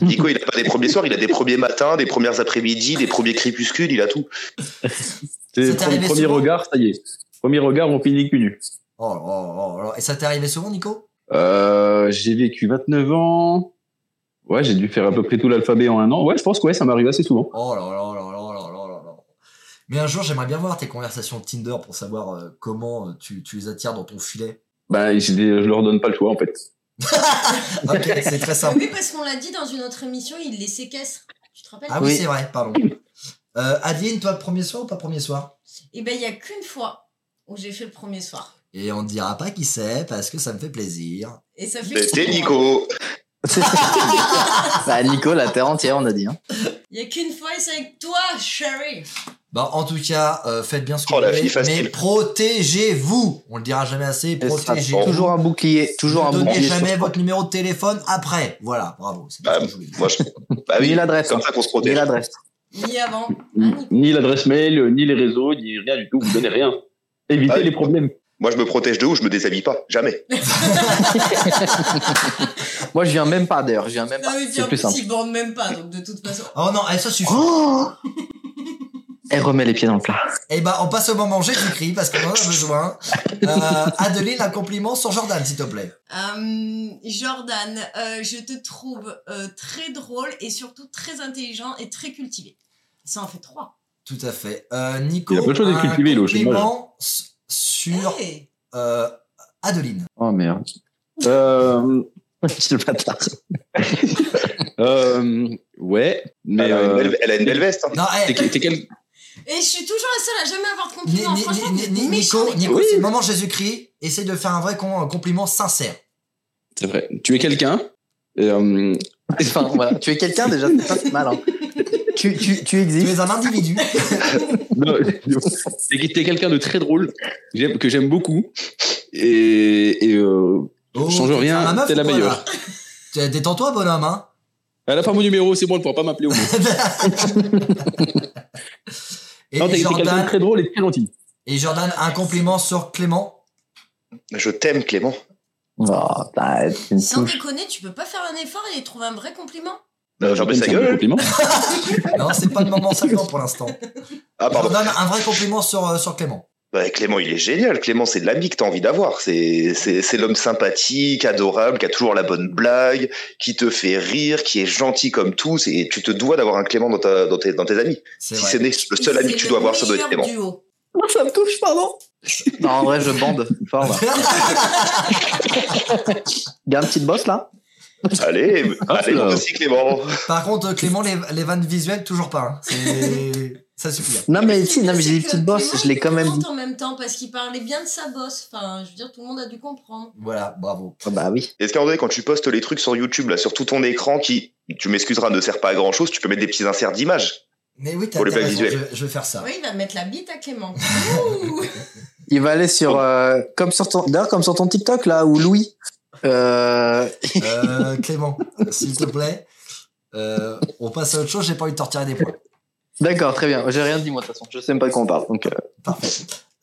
Nico il a pas des premiers soirs, il a des premiers matins, des premières après-midi, des premiers crépuscules, il a tout.
C'est
C'est
le
arrivé
premier, premier
souvent
regard, ça y est. Premier regard, on finit cul nu.
oh, là, oh, là, oh là. Et ça t'est arrivé souvent, Nico
Euh, j'ai vécu 29 ans. Ouais, j'ai dû faire à peu près tout l'alphabet en un an. Ouais, je pense que ouais, ça m'arrive assez souvent.
Oh là là là là là là là là. Mais un jour, j'aimerais bien voir tes conversations Tinder pour savoir euh, comment euh, tu, tu les attires dans ton filet.
Bah, je, les- je leur donne pas le choix en fait.
Ok, c'est très simple.
Oui, parce qu'on l'a dit dans une autre émission, il les séquestre. Tu te rappelles
Ah oui,
Oui.
c'est vrai, pardon. Euh, Adeline, toi, premier soir ou pas premier soir
Et ben, il y a qu'une fois où j'ai fait le premier soir.
Et on ne dira pas qui c'est parce que ça me fait plaisir.
Et ça fait.
C'était Nico.
bah, Nico, la terre entière, on a dit. Hein.
Il y a qu'une fois et c'est avec toi, chérie.
Bah, en tout cas, euh, faites bien ce que
Oh,
vous
la fille
voulez,
facile.
mais protégez-vous. On le dira jamais assez,
Et ça,
protégez-vous.
toujours un bouclier. Toujours un
ne
bouclier.
donnez
sur
jamais
soi.
votre numéro de téléphone après. Voilà, bravo. C'est tout ce que je voulais dire.
Moi je. Bah
Ni
oui.
l'adresse.
Comme ça qu'on se
Ni
protège.
l'adresse.
Ni avant.
Ni-
Mm.
Hein,
Ni l'adresse mail, ni les réseaux, ni rien du tout. Vous donnez rien. Évitez
Ah oui.
les problèmes.
Moi je me protège de où Je me déshabille pas. Jamais.
Moi, je viens même pas d'ailleurs. Je viens même
Ah,
Ah
Non,
pas.
mais puis
C'est
en
plus
plus,
simple.
eh,
ils bandent même pas, donc de toute façon.
Oh non, eh, ça suffit.
Oh Elle remet les pieds dans le plat.
Eh ben, on passe au moment j'ai j'écris parce qu'on en a besoin. Euh, Adeline, un compliment sur Jordan, s'il te plaît.
Euh, Jordan, euh, je te trouve euh, très drôle et surtout très intelligent et très cultivé. Ça en fait trois.
Tout à fait. Euh, Nico,
Il a peu de choses à
un
cultiver, il est au chômage.
compliment s- sur
Hey
euh, Adeline.
Oh merde. Euh,
Petit bâtard.
euh, ouais, mais.
Ah, elle, a une
euh,
belle, elle a une belle veste. hein.
Non, eh,
t'es- t'es quel-
Et je suis toujours la seule à jamais avoir de
Ni-
compliments.
ni-
Franchement,
ni-
vous êtes
ni-
méchants,
Nico,
les gars.
Nico,
Oui.
c'est le moment Jésus-Christ. Essaye de faire un vrai con- un compliment sincère.
C'est vrai. Tu es quelqu'un. et, euh,
Enfin, voilà. Tu es quelqu'un déjà, c'est pas si mal. hein. Tu, tu, tu
Tu
existes.
es un individu.
non, t'es t'es quelqu'un de très drôle j'aime- que j'aime beaucoup et, et euh,
Oh,
change
tu te
rien,
prends meuf
t'es
ou
la
quoi,
meilleure.
là Tu- Détends-toi, bonhomme. Hein
elle a pas mon numéro, c'est bon, elle pourra pas m'appeler au moins.
et,
Non, t'es t'es quelqu'un de
Jordan,
très drôle et très gentil.
et Jordan, un compliment sur Clément.
Je t'aime, Clément.
Oh, bah, tu me
Sans
touches.
déconner, tu peux pas faire un effort et trouver un vrai compliment
Euh, fermez sa
C'est un
gueule.
compliment.
Non, c'est pas le moment sacrant pour l'instant.
Ah, pardon.
Jordan, un vrai compliment sur, euh, sur Clément.
Bah, Clément, il est génial. Clément, c'est l'ami que t'as envie d'avoir. C'est, c'est, c'est l'homme sympathique, adorable, qui a toujours la bonne blague, qui te fait rire, qui est gentil comme tous. Et tu te dois d'avoir un Clément dans, ta, dans, tes, dans tes amis.
C'est
Si
vrai.
c'est né- le
Et
seul ami
c'est
que tu
le
dois avoir, ça doit être
meilleur
Clément.
duo.
Ça me touche, pardon. Non, en vrai, je bande fort là. Il y a un petit boss là
Allez,
Ah,
allez,
là.
moi aussi, Clément.
Par contre, Clément, les, les vannes visuelles, toujours pas. hein. C'est- Ça suffit. hein.
Non, Ah, mais
Ce qui
si,
est
non, mais
bien,
j'ai dit
c'est
petite
que
boss,
Clément
je l'ai quand même
commente
dit.
en même temps parce qu'il parlait bien de sa bosse. Enfin, je veux dire, tout le monde a dû comprendre.
Voilà, bravo.
Ah bah oui.
Est-ce qu'à un moment donné, quand tu postes les trucs sur YouTube, là, sur tout ton écran, qui, tu m'excuseras, ne sert pas à grand chose, tu peux mettre des petits inserts d'images.
Mais oui, t'as
Pour les
t'as
blagues
raison,
visuelles.
je, je vais faire ça.
Oui, il va mettre la bite à Clément. Ouh.
Il va aller sur. euh, comme sur ton, d'ailleurs, comme sur ton TikTok là, où Louis. Euh,
Euh, Clément, s'il te plaît, euh, on passe à autre chose, j'ai pas envie de te retirer des points. Euh,
D'accord, très bien. J'ai rien dit moi de toute façon. Je sais même pas de quoi on parle. Donc, euh,
Euh,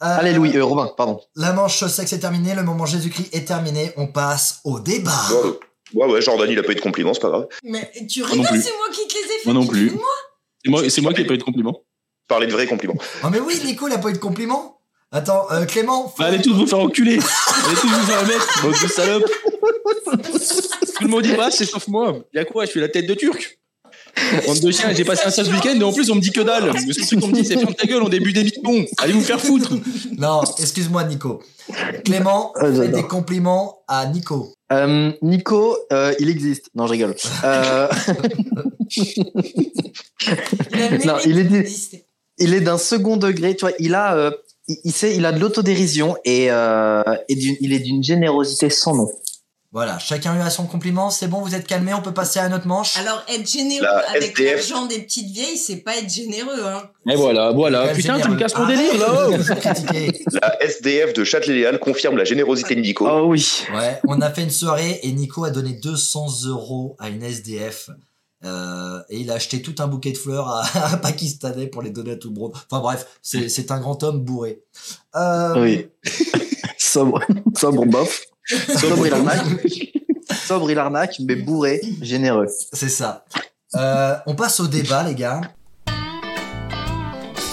Allez, Louis, euh, Robin, pardon.
La manche sexe est terminée, le moment Jésus-Christ est terminé, on passe au débat.
Bon, ouais, ouais, Jordan, il a pas eu de compliments, c'est pas grave.
Mais tu
non
rigoles,
plus.
c'est moi qui te les ai fait.
Moi non
tu te
plus.
fous de
C'est moi, c'est moi qui ai pas eu de compliment.
Parler de vrais compliments.
Oh mais oui, Nico, il a pas eu de compliment Attends, euh, Clément,
Bah, allez tous vous faire enculer. allez tous vous faire mettre, bande de salopes. Tout le monde y passe, c'est sauf moi. Y'a quoi Je suis la tête de turc. Bande de chiens, j'ai passé un sale week-end et en plus on me dit que dalle. Le seul truc qu'on me dit, c'est ferme ta gueule, on début des bitons. Allez vous faire foutre.
Non, excuse-moi, Nico. Clément,
Euh,
fais
j'adore.
des compliments à Nico.
Euh, Nico, euh, il existe. Non, je rigole. Euh,
Il a le
Non,
mérite
il est dit-
d'exister.
il est d'un second degré. Tu vois, il a, euh, il, il sait, il a de l'autodérision et, euh, et d'une- il est d'une générosité sans nom.
Voilà, chacun lui a son compliment, c'est bon, vous êtes calmés, on peut passer à notre manche.
Alors, être généreux
La
avec
SDF.
l'argent des petites vieilles, c'est pas être généreux. Hein.
Et voilà, voilà.
Elle
Putain,
génère-
tu me casses mon
Arrête
délire là oh.
de nous critiquer.
La SDF de Châtelet-Léal confirme la générosité de Nico.
Oh oui.
Ouais, on a fait une soirée et Nico a donné 200 euros à une SDF. euh, et il a acheté tout un bouquet de fleurs à, à un Pakistanais pour les donner à tout le monde. Enfin bref, c'est c'est un grand homme bourré. Euh,
Oui. sobre, sobre bof. Sobre il arnaque. Sobre il arnaque, mais bourré, généreux.
C'est ça. Euh, on passe au débat, les gars.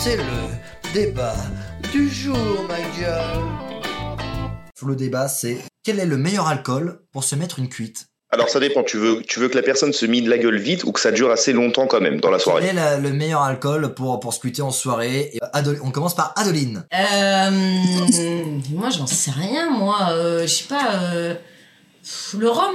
C'est le débat du jour, ma gueule. Le débat, c'est quel est le meilleur alcool pour se mettre une cuite
Alors ça dépend, tu veux, tu veux que la personne se mine la gueule vite ou que ça dure assez longtemps quand même dans la
Quel
soirée
est la- le meilleur alcool pour, pour se cuiter en soirée Et Ado- On commence par Adeline.
Euh, moi, j'en sais rien, moi. Euh, je sais pas. euh, pff, le rhum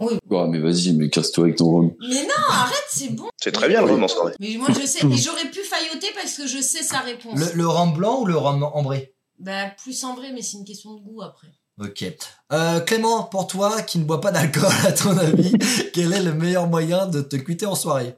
Oh, mais vas-y, mais casse-toi avec ton rhum.
Mais non, arrête, c'est bon.
C'est très bien le rhum en soirée.
Mais moi, je sais. Et j'aurais pu failloter parce que je sais sa réponse.
Le, le rhum blanc ou le rhum ambré
Bah, plus en vrai, mais c'est une question de goût après.
Ok. Euh, Clément, pour toi qui ne bois pas d'alcool, à ton avis, quel est le meilleur moyen de te cuiter en soirée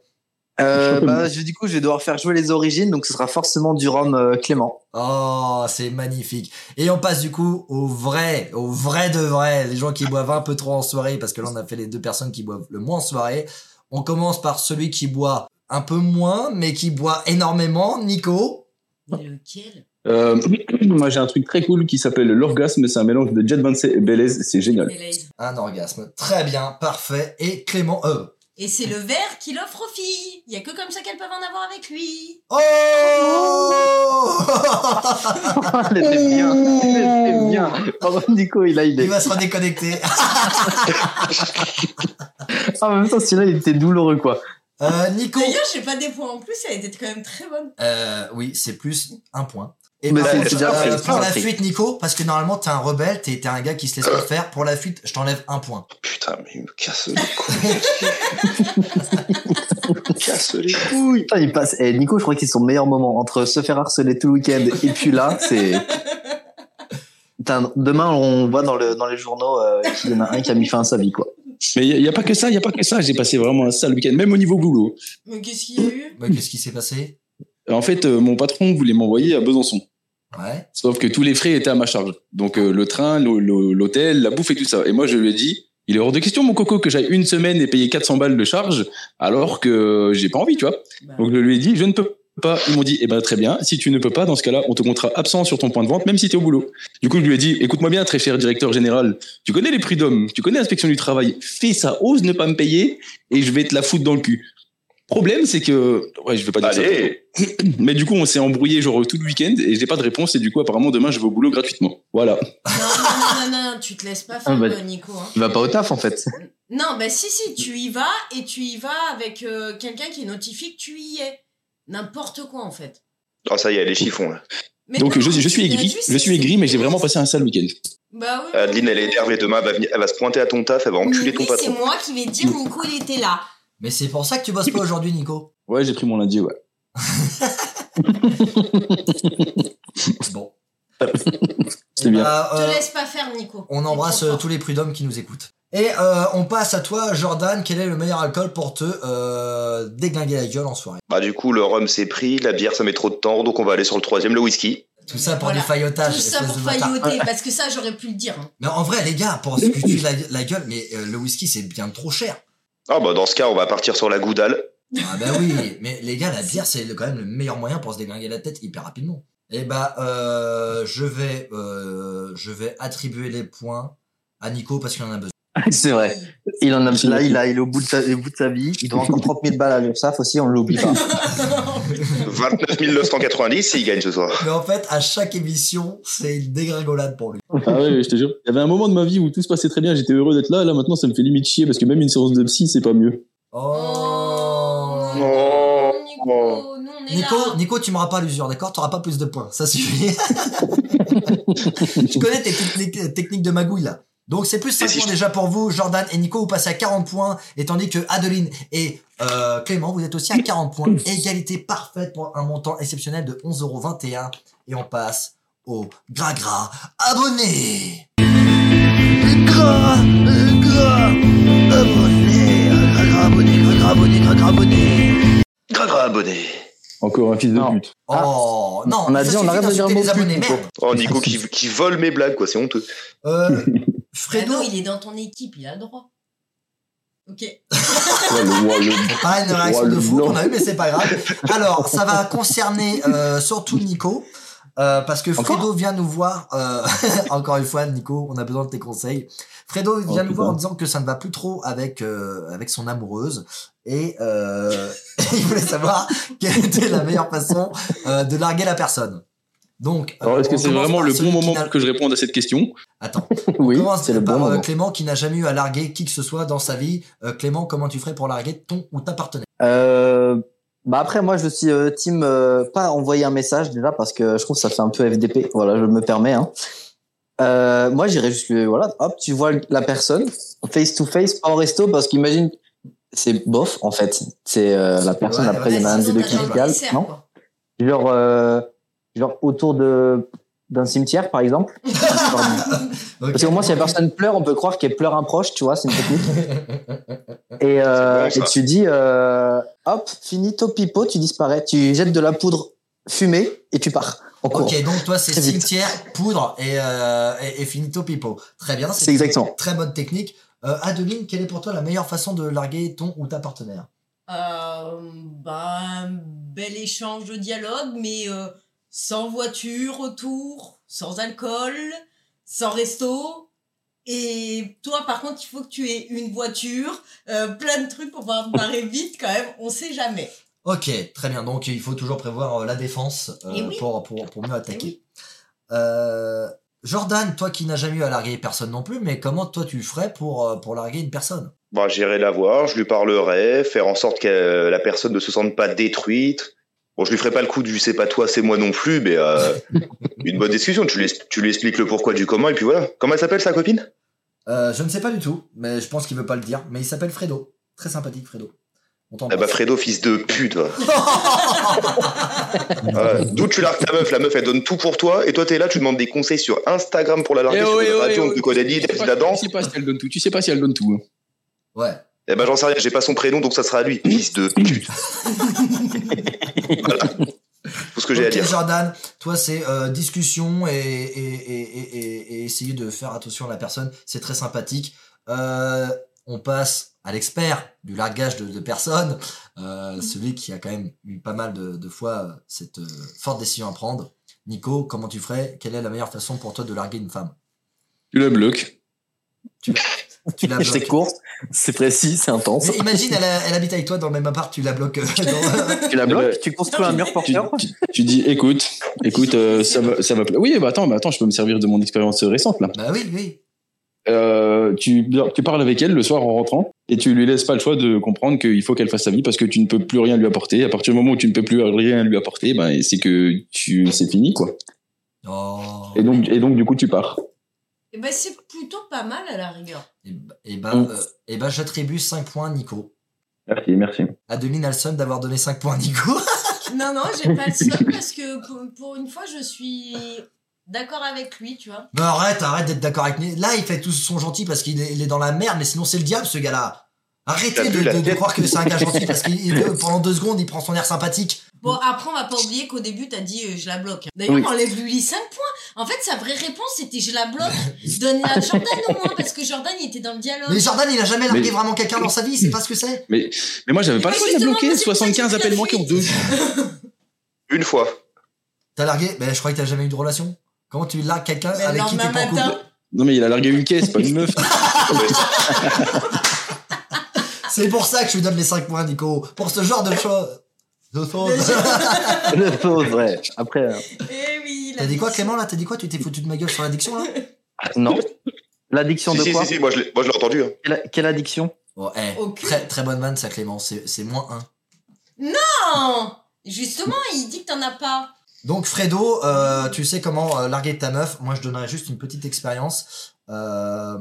Euh, bah, je, du coup, je vais devoir faire jouer les origines, donc ce sera forcément du rhum euh, Clément.
Oh, c'est magnifique. Et on passe du coup au vrai, au vrai de vrai, les gens qui boivent un peu trop en soirée, parce que là on a fait les deux personnes qui boivent le moins en soirée. On commence par celui qui boit un peu moins, mais qui boit énormément, Nico.
Mais lequel
Euh, moi j'ai un truc très cool qui s'appelle l'orgasme, c'est un mélange de Jet Vansé et Belez, c'est génial.
Belaise.
Un orgasme. Très bien, parfait. Et Clément, euh,
Et c'est le verre qu'il offre aux filles. Il y a que comme ça qu'elles peuvent en avoir avec lui.
Oh
Elle était bien. Elle était bien. Pardon, Nico, il a il
Il
est.
va se redéconnecter.
Ah, en même temps, celui-là, il était douloureux, quoi.
Euh, Nico.
D'ailleurs, j'ai pas des points en plus, elle était quand même très bonne.
Euh, oui, c'est plus un point. Et
Mais
par
c'est
contre,
déjà
euh,
pris,
pour
c'est
la
pris.
fuite, Nico, parce que normalement t'es un rebelle, t'es t'es un gars qui se laisse pas faire. Pour la fuite, je t'enlève un point.
Putain, mais il me casse les couilles. Il me casse les couilles.
Putain, il passe. Eh, Nico, je crois qu'il est son meilleur moment entre se faire harceler tout le week-end et puis là, c'est. Putain, demain, on voit dans, le, dans les journaux euh, qu'il y en a un qui a mis fin à sa vie, quoi.
Mais il n'y a, pas que ça, il n'y a pas que ça. J'ai passé vraiment un sale week-end, même au niveau boulot.
Mais qu'est-ce qu'il y a eu
Bah, Qu'est-ce qui s'est passé
En fait, euh, mon patron voulait m'envoyer à Besançon.
Ouais.
Sauf que tous les frais étaient à ma charge. Donc euh, le train, l'hô- l'hô- l'hôtel, la bouffe et tout ça. Et moi, je lui ai dit, il est hors de question, mon coco, que j'aille une semaine et payer 400 balles de charge, alors que j'ai pas envie, tu vois. Donc je lui ai dit, je ne peux pas. Ils m'ont dit, eh ben très bien, si tu ne peux pas, dans ce cas-là, on te comptera absent sur ton point de vente, même si tu es au boulot. Du coup, je lui ai dit, écoute-moi bien, très cher directeur général, tu connais les prix d'hommes, tu connais l'inspection du travail, fais ça, ose ne pas me payer, et je vais te la foutre dans le cul. Problème, c'est que, ouais, je vais pas dire ça.
Allez,
Mais du coup, on s'est embrouillé genre tout le week-end et j'ai pas de réponse. Et du coup, apparemment, demain, je vais au boulot gratuitement. Voilà.
Non, non, non, non, non, tu te laisses pas faire,
Ah, bah-
euh, Nico. hein.
Il va pas au taf, en fait.
Non, bah si, si, tu y vas et tu y vas avec euh, quelqu'un qui notifie que tu y es. N'importe quoi, en fait.
oh, ça y est, les chiffons là.
Mais
Donc,
non,
je, je suis
mais
aigri.
juste,
Je suis
Ah, c'est-
aigri, mais j'ai vraiment passé un sale week-end.
Bah oui.
Adeline, elle est énervée demain, elle va, venir- elle va se pointer à ton taf, elle va enculer
Mais
ton
oui, C'est
patron.
moi qui vais dire Nico, il était là.
Mais c'est pour ça que tu bosses pas aujourd'hui, Nico.
Ouais, j'ai pris mon lundi, ouais.
Bon.
C'est
Eh
bien.
bah,
Te
euh,
laisse pas faire, Nico.
on embrasse euh, tous les prud'hommes qui nous écoutent. Et euh, on passe à toi, Jordan. Quel est le meilleur alcool pour te euh, déglinguer la gueule en soirée
Bah, du coup, le rhum c'est pris, la bière ça met trop de temps, donc on va aller sur le troisième, le whisky.
Tout ça pour
Voilà.
du faillotage.
Tout ça
espèce
pour
de bâtard.
failloter, parce que ça, j'aurais pu le dire. hein.
Mais en vrai, les gars, pour se cuter la, la gueule, mais euh, le whisky, c'est bien trop cher.
Ah, bah, dans ce cas, on va partir sur la goudale.
Ah bah oui, mais les gars, la bière, c'est le- quand même le meilleur moyen pour se déglinguer la tête hyper rapidement. Et bah, euh, je, vais, euh, je vais attribuer les points à Nico parce qu'il en a besoin.
C'est vrai. Il en a, là, il, a, il est au bout de sa, au bout de sa vie. Il doit encore 30 000 balles à l'URSSAF aussi, on l'oublie pas.
Oh,
29 990 s'il gagne ce soir.
Mais en fait, à chaque émission, c'est une dégringolade pour lui.
Ah ouais, je te jure. Il y avait un moment de ma vie où tout se passait très bien, j'étais heureux d'être là. Et là, maintenant, ça me fait limite chier parce que même une séance de psy, c'est pas mieux.
Oh
Oh.
Nico, nous, on est
Nico,
là.
Nico, tu m'auras pas l'usure, d'accord T'auras pas plus de points, ça suffit. je connais tes techniques, techniques de magouille là. Donc c'est plus 5
Et si
points
je-
déjà pour vous, Jordan et Nico, vous passez à 40 points, et tandis que Adeline et euh, Clément, vous êtes aussi à 40 points. Égalité parfaite pour un montant exceptionnel de 11,21€. Et on passe au gras gras abonné.
Gras, gras, abonné, gras, gras, abonné, gras, gras, abonné, gras, gras, abonné.
Gras gras abonné.
Encore un fils de
Non.
pute.
Oh non,
Ah. on a
ça
dit, on
suffit
arrête de dire
d'insulter
mot
les
pute,
abonnés,
Nico.
merde.
Oh, Nico qui, qui vole mes blagues, quoi, c'est honteux.
Bah
Euh, Fredo,
Fredo, Bah, il est dans ton équipe, il a le droit. Ok.
Ouais, le- ouais, le-
Pas une réaction
Oh,
de
le
fou
blanc.
qu'on a eu, mais c'est pas grave. Alors, ça va concerner euh, surtout Nico. euh, parce que
Encore
Fredo vient nous voir, euh, encore une fois, Nico, on a besoin de tes conseils. Fredo
Oh,
vient nous
putain.
voir en disant que ça ne va plus trop avec, euh, avec son amoureuse. Et euh, il voulait savoir quelle était la meilleure façon euh, de larguer la personne. Donc, euh,
Alors, est-ce que
on
c'est
commence
vraiment
par
le
celui
bon
qui
moment
n'a-
pour que je réponde à cette question
Attends,
Oui,
commence
c'est le
par
bon
euh,
moment.
Clément qui n'a jamais eu à larguer qui que ce soit dans sa vie. Euh, Clément, comment tu ferais pour larguer ton ou ta partenaire
Euh, bah après, moi, je suis euh, team euh, pas envoyer un message déjà parce que je trouve que ça fait un peu FDP. Voilà, je me permets. Hein. Euh, moi, j'irais juste que, voilà, hop, tu vois la personne face to face, pas au resto parce qu'imagine, c'est bof en fait. C'est euh, la personne.
Ouais,
après, il y en a
ouais,
un des
sinon,
deux
t'as
qui
dans le
décale, non Genre, euh, genre autour de d'un cimetière par exemple. Parce qu'au moins, si la personne pleure, on peut croire qu'elle pleure un proche, tu vois, c'est une technique. et, euh,
C'est bon, ça.
et tu dis, euh, hop, finito pipo, tu disparais. Tu jettes de la poudre fumée et tu pars en cours.
Ok, donc toi c'est
Très vite.
cimetière, poudre et, euh, et, et finito pipo. Très bien,
C'est
c'est une
exactement.
très bonne technique. Euh, Adeline, quelle est pour toi la meilleure façon de larguer ton ou ta partenaire
Euh, bah, un bel échange de dialogue, mais euh, sans voiture autour, sans alcool, sans resto, Et toi, par contre, il faut que tu aies une voiture, euh, plein de trucs pour pouvoir te barrer vite quand même. On sait jamais.
Ok, très bien. Donc il faut toujours prévoir euh, la défense euh,
Eh oui.
pour, pour, pour mieux attaquer.
Eh oui.
Euh, Jordan, toi qui n'as jamais eu à larguer personne non plus, mais comment toi tu ferais pour, euh, pour larguer une personne
Bah, j'irai la voir, je lui parlerai, faire en sorte que euh, la personne ne se sente pas détruite. Bon, je lui ferai pas le coup du c'est pas toi, c'est moi non plus, mais euh, une bonne discussion. Tu lui, es- tu lui expliques le pourquoi du comment, et puis voilà. Comment elle s'appelle sa copine
Euh, Je ne sais pas du tout, mais je pense qu'il veut pas le dire. Mais il s'appelle Fredo. Très sympathique, Fredo. On
Ah bah,
t'embrasse.
Fredo, fils de pute. va. Ah ouais. D'où tu largues ta meuf, la meuf elle donne tout pour toi, et toi t'es là, tu demandes des conseils sur Instagram pour la larguer,
Eh
sur
oh, eh
une
oh, eh
radio,
oh.
on te connaît ni
Tu sais
David
pas-
Adam.
Tu sais pas si elle donne tout. Tu sais pas si elle donne tout. hein.
Ouais.
Eh ben j'en sais rien, j'ai pas son prénom, donc ça sera à lui, fils de pute. voilà. Tout ce que j'ai à
Ok,
dire.
Jordan, toi c'est euh, discussion et, et, et- et- et- et essayer de faire attention à la personne, c'est très sympathique. Euh, on passe à l'expert du largage de, de personnes, euh, celui qui a quand même eu pas mal de, de fois euh, cette euh, forte décision à prendre. Nico, comment tu ferais Quelle est la meilleure façon pour toi de larguer une femme
Tu la bloques.
Tu la
C'est
bloques.
court, c'est précis, c'est intense.
Mais imagine, elle, a- elle habite avec toi dans le même appart, tu la bloques. euh, dans-
Tu la
bloques,
tu construis un mur
Tu,
porteur.
tu- tu dis, écoute, écoute, euh, ça va, ça va. pla- Oui, bah attends, bah attends, je peux me servir de mon expérience euh, récente là.
bah oui, oui.
Euh, tu, tu parles avec elle le soir en rentrant et tu lui laisses pas le choix de comprendre qu'il faut qu'elle fasse sa vie parce que tu ne peux plus rien lui apporter. À partir du moment où tu ne peux plus rien lui apporter, ben c'est que tu c'est fini quoi.
Oh.
Et donc et donc du coup tu pars.
Et ben c'est plutôt pas mal à la rigueur.
Et, bah- et bah,
Mm.
euh, et bah j'attribue 5 points à Nico.
Merci, merci.
Adeline a le seum d'avoir donné 5 points à Nico.
Non, non, j'ai pas le seum parce que pour, pour une fois, je suis d'accord avec lui, tu vois.
Mais arrête, arrête d'être d'accord avec nous. Là, il fait tout son gentil parce qu'il est, il est dans la merde, mais sinon c'est le diable ce gars-là. Arrêtez
T'as
de,
vu la
de- de
tête
croire que c'est un gars gentil parce que pendant deux secondes, il prend son air sympathique.
Bon, après, on va pas oublier qu'au début, t'as dit euh, je la bloque. D'ailleurs,
Oui.
enlève-lui 5 points. En fait, sa vraie réponse, c'était je la bloque. Donne-la à Jordan au moins, parce que Jordan, il était dans le dialogue.
Mais Jordan, il a jamais largué
Mais-
vraiment quelqu'un dans sa vie, c'est pas ce que c'est.
Mais moi j'avais pas le
Mais
choix de la
justement,
bloquer.
moi, c'est pour ça que
75
j'ai pris
appels
la
manqués en
fuite.
deux jours.
Une fois.
T'as largué Ben, je crois que t'as jamais eu de relation. Comment tu largues quelqu'un
Mais le
avec qui t'es
lendemain
pas en couple
matin,
Non mais il a largué une caisse, pas une meuf.
C'est pour ça que je lui donne les 5 points, Nico. Pour ce genre de choses. De choses.
Le pauvre, ouais. Après, euh,
eh oui, la
T'as dit quoi,
vie.
Clément, là T'as dit quoi Tu t'es foutu de ma gueule sur l'addiction, là
non. L'addiction
Si,
de
si,
quoi
si, si, moi je l'ai moi, je l'ai entendu. hein.
Quelle, quelle addiction
Bon, eh,
Aucune.
très, très bonne manne, ça, Clément. C'est c'est moins 1.
Non Justement, il dit que t'en as pas.
Donc Fredo, euh, tu sais comment euh, larguer ta meuf. Moi, je donnerais juste une petite expérience. Euh,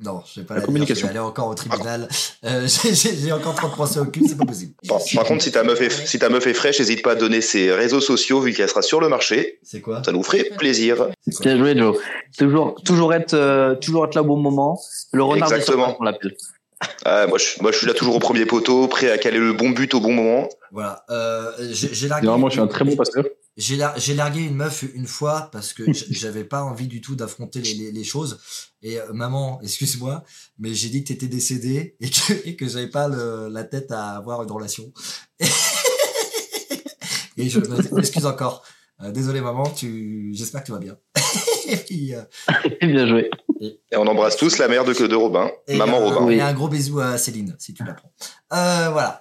Non, je vais pas
La
la,
communication.
Aller encore au tribunal. Euh, j'ai- J'ai j'ai encore trop de pensées au cul, c'est pas possible.
Par, par contre, si ta meuf est, si ta meuf est fraîche, n'hésite pas à donner ses réseaux sociaux vu qu'elle sera sur le marché.
C'est quoi
Ça nous ferait plaisir.
C'est quoi
Bien joué, Joe. Toujours, toujours, être, euh, toujours être là au bon moment. Le renard des
Exactement.
surfaces, on l'appelle.
Ah, moi, je, moi, je suis là toujours au premier poteau, prêt à caler le bon but au bon moment.
Voilà. Euh, j'ai j'ai largué.
Normalement je suis un très bon passeur.
J'ai lar- j'ai largué une meuf une fois parce que j- j'avais pas envie du tout d'affronter les, les- les choses. Et euh, maman, excuse-moi, mais j'ai dit que t'étais décédée et que, et que j'avais pas le- la tête à avoir une relation. Et je m'excuse encore. Euh, désolé maman, tu... j'espère que tu vas bien. et puis, euh,
Bien joué.
Et on embrasse tous la mère de, de Robin,
et
maman
un,
Robin.
Et un gros bisou à Céline, si tu la prends. Euh, voilà.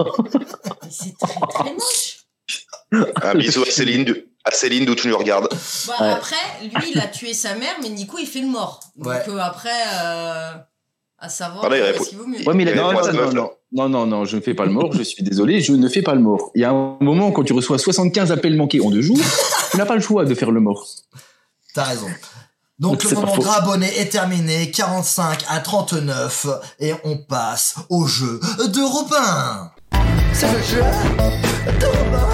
Mais c'est très très moche.
Un bisou à Céline, de- à Céline d'où tu nous regardes.
Bon,
Ouais.
après, lui, il a tué sa mère, mais Nico, il fait le mort. Donc
Ouais.
euh, après, euh, à savoir, euh,
Ah là, il répond-
ce qu'il vaut mieux.
Ouais, mais il a
Et
dit
Non,
moi,
non,
cette
non,
meuf-là.
non. Non, non, non, je ne fais pas le mort, je suis désolé, je ne fais pas le mort. Il y a un moment, quand tu reçois 75 appels manqués en deux jours, tu n'as pas le choix de faire le mort.
T'as raison. Donc le
C'est pas
moment
faux.
Grabonnet est terminé, 45 à 39, et on passe au jeu de Robin.
C'est le jeu de Robin.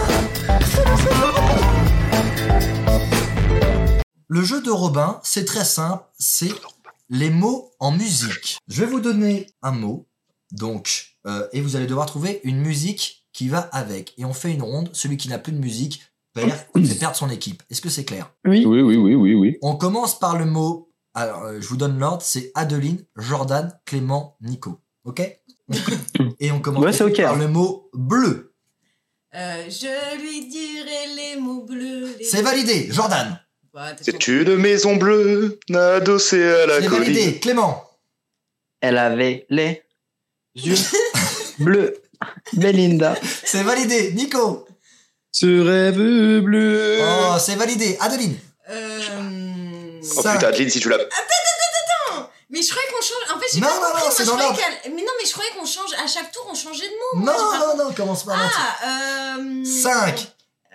C'est le jeu de Robin.
Le jeu de Robin, c'est très simple, c'est les mots en musique. Je vais vous donner un mot, donc, euh, et vous allez devoir trouver une musique qui va avec. Et on fait une ronde, celui qui n'a plus de musique perd, fait perdre son équipe. Est-ce que c'est clair
Oui.
Oui, oui, oui, oui, oui.
On commence par le mot, alors euh, je vous donne l'ordre, c'est Adeline, Jordan, Clément, Nico. Ok Et on commence
Ouais, c'est ok,
par
hein.
le mot bleu.
Euh, je lui dirai les mots bleus. les-
C'est validé, Jordan.
Bah, t'es
C'est
trop-
une maison bleue adossée à la
C'est
Euh, colline.
validé, Clément.
Elle avait les yeux bleus. Belinda.
C'est validé, Nico.
Ce rêve bleu.
Euh.
Oh, c'est validé, Adeline.
Euh...
Oh
Cinq.
putain, Adeline, si tu l'as.
Mais je croyais qu'on change. En fait, j'ai
Non,
pas
non,
compris.
non,
Moi,
c'est
je
dans
croyais qu'elle- Mais non, mais je croyais qu'on change. À chaque tour, on changeait de mot.
Non,
Moi, j'ai pas-
non, non, commence pas. maintenant.
Ah, euh...
Cinq,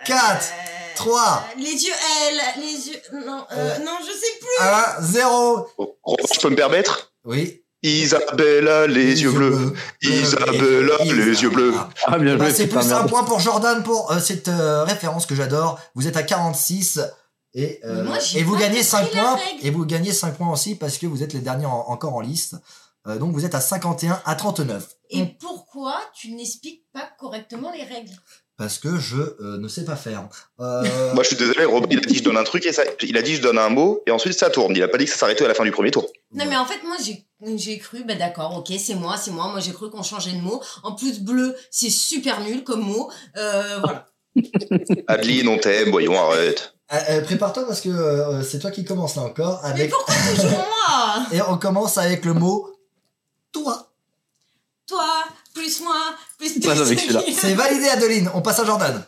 euh,
quatre,
euh,
trois.
Les yeux, elle, les yeux. Non, euh,
Euh.
non, je sais plus.
1, 0.
Oh, je peux me permettre
Oui.
Isabella, les yeux bleus.
Euh,
Isabella, les yeux bleus.
Ah, bien
Bah,
joué,
c'est
putain,
plus un
merde.
point pour Jordan pour euh, cette euh, référence que j'adore. Vous êtes à 46 et, euh,
Mais moi, j'ai
et vous
pas
gagnez
compris
5
la
points.
règle.
Et vous gagnez 5 points aussi parce que vous êtes les derniers en- encore en liste. Euh, donc vous êtes à 51 à 39.
Et pourquoi tu n'expliques pas correctement les règles
Parce que je euh, ne sais pas faire. Euh,
Moi, je suis désolé, Robin, il a dit je donne un truc et ça. Il a dit je donne un mot et ensuite ça tourne. Il a pas dit que ça s'arrêtait à la fin du premier tour.
Non, mais en fait, moi, j'ai. J'ai cru, bah d'accord, ok, c'est moi, c'est moi. Moi, j'ai cru qu'on changeait de mot. En plus, bleu, c'est super nul comme mot. Euh, voilà.
Adeline, on t'aime, voyons, arrête.
euh, euh, Prépare-toi parce que euh, c'est toi qui commence là encore.
Mais
Avec...
pourquoi toujours moi
Et on commence avec le mot toi.
Toi, plus moi, plus tous
Ouais, avec
ceux
celui-là.
qui-
C'est validé Adeline. On passe à Jordan.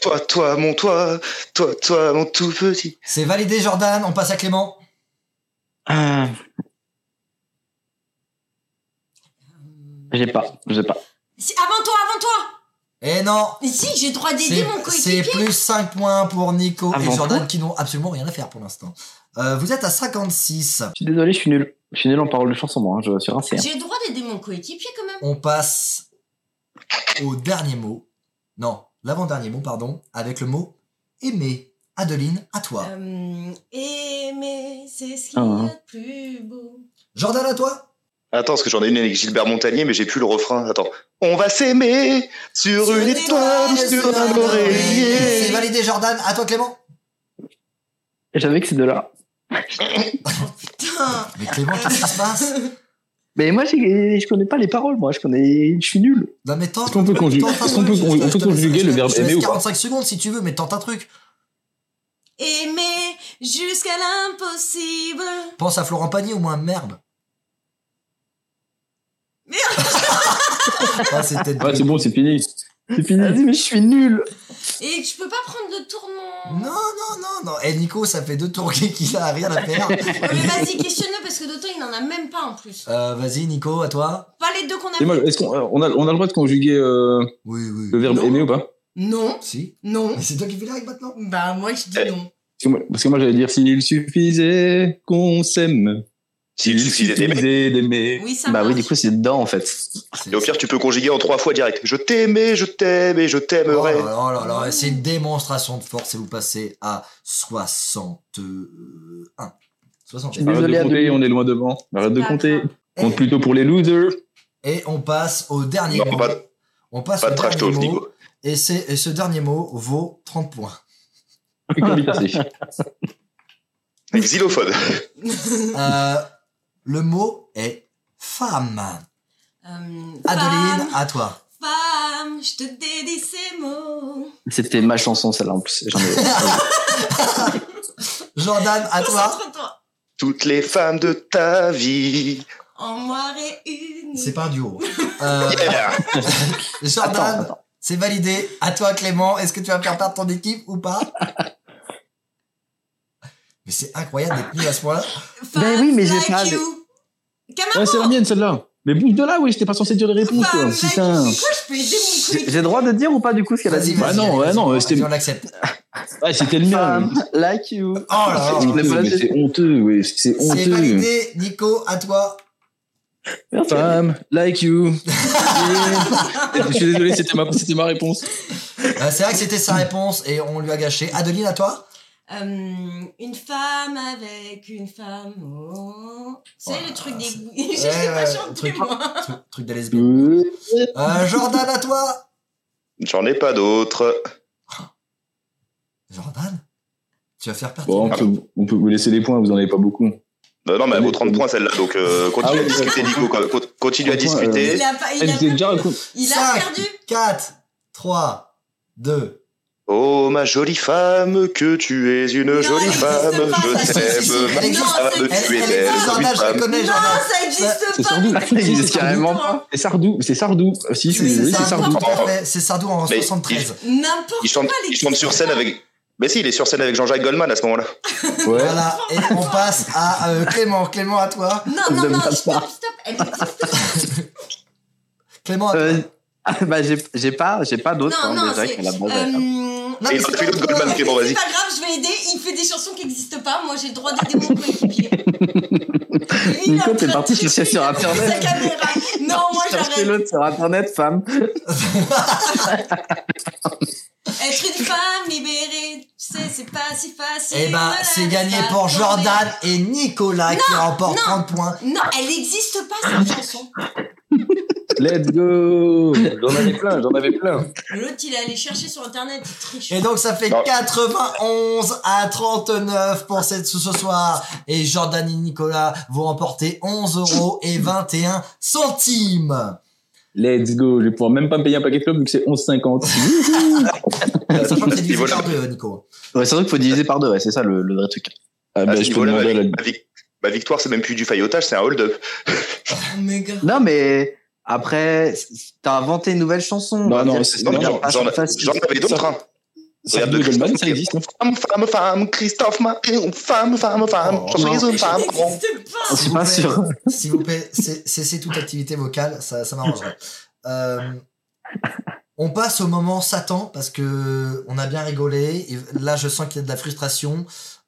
Toi, toi, mon toi, toi, toi, mon tout petit.
C'est validé Jordan. On passe à Clément.
Ah, J'ai pas, j'ai pas.
Si, avant toi, avant toi
Et Eh non,
Mais si, j'ai le droit d'aider
C'est
mon
c'est
coéquipier
plus 5 points pour Nico
Avant
et Jordan
tout.
qui n'ont absolument rien à faire pour l'instant. Euh, vous êtes à 56.
Je suis désolé, je suis nul. Je suis nul en parole de chanson, moi. hein, Je suis rincé. hein.
J'ai le droit d'aider mon coéquipier quand même.
On passe au dernier mot. Non, l'avant-dernier mot, pardon, avec le mot aimer. Adeline, à toi.
Euh, aimer, c'est ce qu'il
Ah
y
ouais.
a de plus beau.
Jordan, à toi.
Attends, parce que j'en ai une avec Gilbert Montagnier, mais j'ai plus le refrain. Attends. On va s'aimer sur,
Sur
une
une
étoile,
étoile,
sur
sur
un
un
oreiller.
C'est validé, Jordan. À toi, Clément.
J'avais que ces deux-là.
Putain
Mais Clément, qu'est-ce qui se passe
Mais moi, j'ai- je connais pas les paroles, moi. Je connais, je suis nul.
Non, mais tente.
Est-ce qu'on peut conjuguer-
tente un
est-ce qu'on
truc.
peut- on- on
Je te
peut
laisse-
conjuguer
je te
le verbe
laisse
aimer ou pas
45 secondes si tu veux, mais tente un truc.
Aimer jusqu'à l'impossible.
Pense à Florent Pagny au moins, merde. ah, c'est peut-être
Ouais, c'est bon, c'est fini. C'est fini.
Vas-y, mais je suis nul.
Et je peux pas prendre le tournant.
Non, non, non, non. Et Nico, ça fait deux tours qu'il qu'il a rien à faire.
Ouais, mais vas-y, questionne-le parce que d'autant il n'en a même pas en plus.
Euh, Vas-y, Nico, à toi.
Pas les deux qu'on a
Et moi, Est-ce qu'on euh, on a, on a le droit de conjuguer euh,
Oui, oui.
le verbe
Non.
aimer ou pas Parce
Non,
Si.
non.
Mais c'est toi qui fais les règles maintenant.
Bah, moi je dis
Eh.
non.
que moi, parce que moi, j'allais dire s'il suffisait qu'on s'aime.
S'il suffisait d'aimer.
d'aimer.
Oui, ça
bah oui,
marche.
du coup, c'est dedans, en fait.
Et au pire, tu peux conjuguer en trois fois direct. Je t'aimais, je t'aime et je
Oh là
t'aimerai.
là là là, c'est une démonstration de force et vous passez à 61. 61.
Arrête
Désolé,
de compter,
Adeline.
on est loin devant. Arrête de
Pas
compter.
grave.
Compte plutôt pour les losers.
Et on passe au dernier
Non,
mot.
pas-
on passe
pas
au
de trash
dernier
talk,
mot.
Nico.
Et, c'est- et ce dernier mot vaut 30 points.
Comme il passait.
Xylophone.
Euh, le mot est femme.
Euh,
Adeline,
Femme,
à toi.
femme, je te dédie ces mots.
C'était ma chanson, celle-là, en plus. J'en ai-
Jordan, à toi.
Concentre-toi.
Toutes les femmes de ta vie.
En moi réunis.
C'est pas un duo. Euh,
Yeah.
Attends,
Jordan,
attends.
c'est validé. À toi, Clément. Est-ce que tu vas faire perdre ton équipe ou pas Mais c'est incroyable d'être nul à ce point-là.
Fans
Ben oui, mais j'ai
like
pas-
you. Camaro,
Ah, c'est la mienne, celle-là. Mais bouge de là, oui, j'étais pas censé dire les réponses.
fans
toi.
like
Putain.
you. Mais quoi, je peux aider mon
J'ai
coéquipier
j'ai le droit de dire ou pas, du coup, ce qu'elle a dit
Vas-y,
Bah
vas-y.
non,
allez,
ouais,
vas-y.
non,
Vas-y,
c'était-
on l'accepte.
Ah, c'était le mien.
Femme, like you.
Oh là
C'est
là.
honteux, mais C'est honteux, oui. C'est
C'est
honteux.
validé. Nico, à toi.
Merci.
Femme, like you. Yeah. Je suis désolé, c'était ma, c'était ma réponse.
Euh, c'est vrai que c'était sa réponse et on lui a gâché. Adeline, à toi.
Euh, une femme avec une femme. Oh. C'est
Voilà,
le truc des.
c'est-
je sais
Ouais,
pas
ouais,
chanter,
truc-
moi.
Truc, truc de lesbienne.
Euh,
Euh, Jordan, à toi.
J'en ai pas d'autres.
Jordan Tu vas faire perdre
Bon, on
ton
peut, on peut vous laisser les points, vous en avez pas beaucoup.
Euh, Non, non, mais elle vaut 30 points celle-là, donc euh, continue
Ah
à
oui,
discuter, Nico. quoi. Co- Continue à
30 points, euh,
discuter.
Il a, pas, il
Elle
a
était
perdu.
déjà raconté.
Il a
Cinq.
perdu.
4, 3, 2,
Oh ma jolie femme, que tu es une
Non,
jolie
elle
femme,
existe pas,
je
ça,
si, si,
t'aime,
si,
ma
elle
petite
existe.
femme,
Elle,
tu es
elle
belle,
existe, Jordan, je la
oui,
connais,
Non,
Jordan.
ça existe
C'est
pas.
Sardou. Ça existe
Sardou.
carrément pas. C'est Sardou. C'est Sardou. Euh, Si, je suis
C'est
désolé, c'est
Sardou,
Sardou.
tout à fait. C'est Sardou en
Mais
73.
N'importe
Il chante,
quoi,
il
les
chante sur scène avec. Mais si, il est sur scène avec Jean-Jacques Goldman à ce moment-là.
Ouais.
Voilà, et on passe à euh, Clément. Clément, à toi.
Non,
Vous
non,
aimez
non,
pas
stop,
ça.
stop. Elle existe pas.
Clément, à toi.
Euh, ah, bah, j'ai j'ai pas, j'ai pas d'autres.
Non,
hein,
non,
déjà,
c'est.
qu'à la base,
euh,
Non,
Et
mais
il
c'est
fait
pas-
l'autre Goldman, Clément,
C'est
vas-y.
pas grave, je vais aider. Il fait des chansons qui n'existent pas. Moi, j'ai le droit d'aider mon coéquipier. Et il
Nico,
a
t'es
plein
parti
de trucs,
chercher sur
il a pris
Internet.
sa caméra. Non, moi,
Cherchez
j'arrête.
l'autre sur internet, femme.
Être une femme libérée, tu sais, c'est pas si facile.
Eh ben,
Voilà,
c'est gagné
ça
pour
tombe.
Jordan et Nicolas qui remportent
non.
30 points.
Non, elle n'existe pas, cette chanson.
Let's go. J'en avais plein, j'en avais plein.
L'autre, il est allé chercher sur Internet, il triche.
Et donc ça fait
Non.
91 à 39 pour cette ce soir. Et Jordan et Nicolas vont remporter 11 euros et 21 centimes.
Let's go. Je vais pouvoir même pas me payer un paquet de club vu que c'est 11,50.
Euh,
Sachant que c'est divisé
Nicolas.
par deux, euh, Nico.
Ouais, c'est vrai qu'il faut diviser par deux, ouais, c'est ça le, le vrai truc.
Ah,
À
bah,
ce
je peux
niveau-là,
demander à la.
ma, vic- ma victoire, c'est même plus du faillotage, c'est un hold-up.
Mais grave.
Non, mais après, t'as inventé une nouvelle chanson.
Non,
On va
non,
dire
c'est-
que
non,
c'est
non,
pas
J'en
facile.
j'en avais d'autres.
Ça-
hein. Regarde,
Sardou et
Christophe
Goldman, ça
Maé.
existe. hein.
Femme, femme, femme, Christophe Maé, femme, femme, femme,
Oh,
je suis une
Elle
femme. bon.
n'existe pas.
Je suis pas
S'il vous
sûr.
S'il vous plaît, cé- cessez toute activité vocale, ça, ça m'arrangerait. Euh, on passe au moment Satan parce que on a bien rigolé. Et là, je sens qu'il y a de la frustration.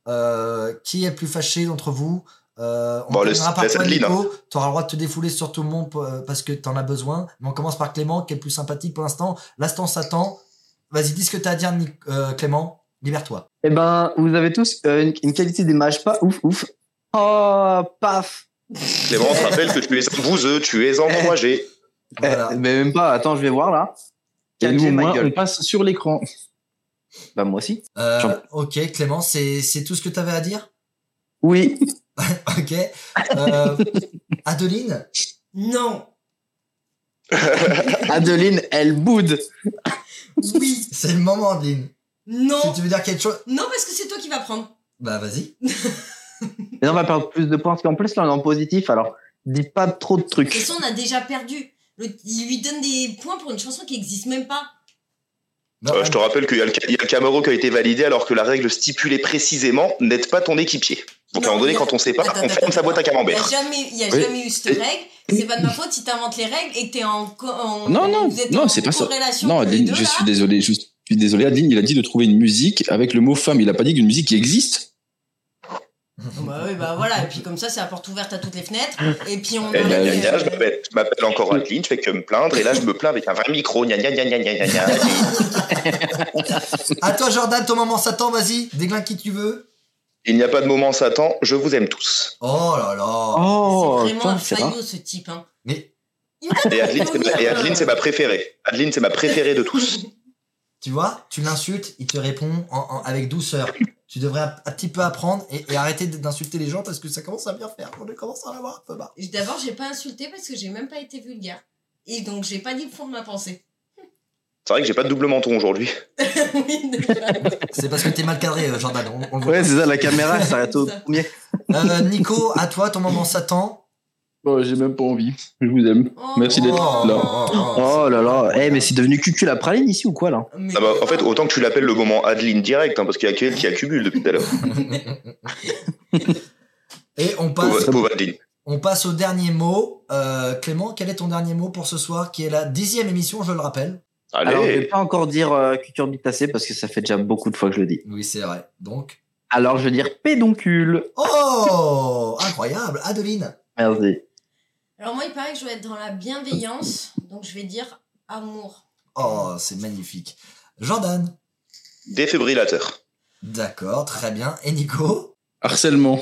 Euh, qui est le plus fâché d'entre vous Euh, On
Bon,
commencera
laisse-
par
laisse
toi,
Adeline. hein.
Nico. Tu auras le droit de te défouler sur tout le monde euh, parce que t'en as besoin. Mais on commence par Clément, qui est le plus sympathique pour l'instant. L'instant Satan. Vas-y, dis ce que t'as à dire, Nic- euh, Clément. Libère-toi.
Eh ben, vous avez tous euh, une, une qualité d'image pas ouf, ouf. Oh, paf.
Clément, on te rappelle que tu es un bouseux, tu es encouragé.
Eh,
Voilà.
mais même pas. Attends, je vais voir là.
Et nous,
Calmer
au
ma
moins,
gueule.
on passe sur l'écran.
Bah moi aussi.
Euh,
Jean-
ok, Clément, c'est c'est tout ce que t'avais à dire
Oui.
Ok. Euh, Adeline
Non.
Adeline, elle boude.
Oui.
C'est le moment, Adeline. Si
Non.
tu veux dire quelque chose.
Non, parce que c'est toi qui vas prendre.
Bah, vas-y.
Mais non, on va perdre plus de points parce qu'en plus là on est en positif. Alors, dites pas trop de
De toute
trucs.
façon, on a déjà perdu. L'autre, Il lui donne des points pour une chanson qui n'existe même pas.
Non,
Euh, je te rappelle qu'il y a le, il y a le Camaro qui a été validé alors que la règle stipulait précisément n'êtes pas ton équipier. Donc à un moment donné, quand on sait pas,
Attends,
on
attends,
ferme sa boîte à
Il n'y a
camembert.
jamais, il y a
Oui.
jamais eu cette règle. C'est pas de ma faute si t'inventes les règles et que t'es en, co- en.
Non, non,
vous êtes
non,
en
c'est pas ça.
corrélation
Non,
tous les
Adeline,
deux,
je
là.
suis désolé. Je suis désolé, Adeline, il a dit de trouver une musique avec le mot femme. Il a pas dit qu'une musique qui existe.
Bah oui, bah voilà. Et puis comme ça, c'est la porte ouverte à toutes les fenêtres. Et puis on.
Eh,
ben,
enlève,
gna, gna, gna,
euh,
je m'appelle- je m'appelle encore Adeline, je fais que me plaindre, et là je me plains avec un vrai micro, gna gna gna gna gna gna gna.
À toi, Jordan, ton moment Satan, vas-y. Déglingue qui tu veux.
Il n'y a pas de moment Satan, je vous aime tous.
Oh là là.
Oh,
c'est vraiment
putain,
un
c'est rare.
faillot ce type. Hein.
Mais
Et Adeline, c'est ma, et Adeline, c'est ma préférée. Adeline, c'est ma préférée de tous.
tu vois, tu l'insultes, il te répond en- en- avec douceur. Tu devrais un, un petit peu apprendre et, et arrêter d'insulter les gens parce que ça commence à bien faire. On commence à en avoir un peu marre.
D'abord, j'ai pas insulté parce que j'ai même pas été vulgaire. Et donc, j'ai pas dit le fond de ma pensée.
C'est vrai que j'ai pas de double menton aujourd'hui.
Oui, déjà.
C'est parce que t'es mal cadré, euh, Jordan. On, on le voit.
Ouais, c'est ça. La caméra elle s'arrête au premier.
Euh, Nico, à toi, ton moment Satan.
Oh, j'ai même pas envie. Je vous aime.
Oh,
Merci d'être
oh,
là.
oh, oh.
Oh là là. Eh, mais c'est devenu cucul la praline ici ou quoi là
Mais
Ah bah, en fait, autant que tu l'appelles le moment Adeline direct, hein, parce qu'il y a qu'elle qui accumule depuis tout à l'heure.
Et on
Bah,
passe
Pauvre, pauvre Adeline.
On passe au dernier mot. Euh, Clément, quel est ton dernier mot pour ce soir, qui est la dixième émission, je le rappelle
Alors, je vais
Allez,
pas encore dire euh, cucurbitacée parce que ça fait déjà beaucoup de fois que je le dis.
Oui, c'est vrai. Donc.
Alors, je vais dire pédoncule.
Oh Incroyable Adeline
Merci.
Alors, moi, il paraît que je dois être dans la bienveillance. Donc, je vais dire amour.
Oh, c'est magnifique. Jordan
défibrillateur.
D'accord, très bien. Et Nico
Harcèlement.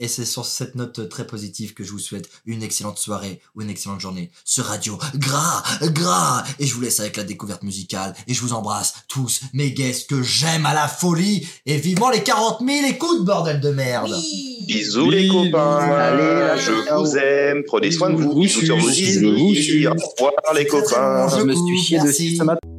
Et c'est sur cette note très positive que je vous souhaite une excellente soirée ou une excellente journée sur Radio Gras, Gras Et je vous laisse avec la découverte musicale et je vous embrasse tous mes guests que j'aime à la folie et vivement les 40 000 écoutes, bordel de merde
Oui.
Bisous les
Bisous.
copains,
Allez,
je
ciao.
vous aime, prenez soin de vous,
Bisous,
bisous sur vos
bisous,
îles,
bisous.
au revoir les
C'est très, très
copains.
bon, je
Je me suis
coupe,
chié
merci.
dessus ce matin.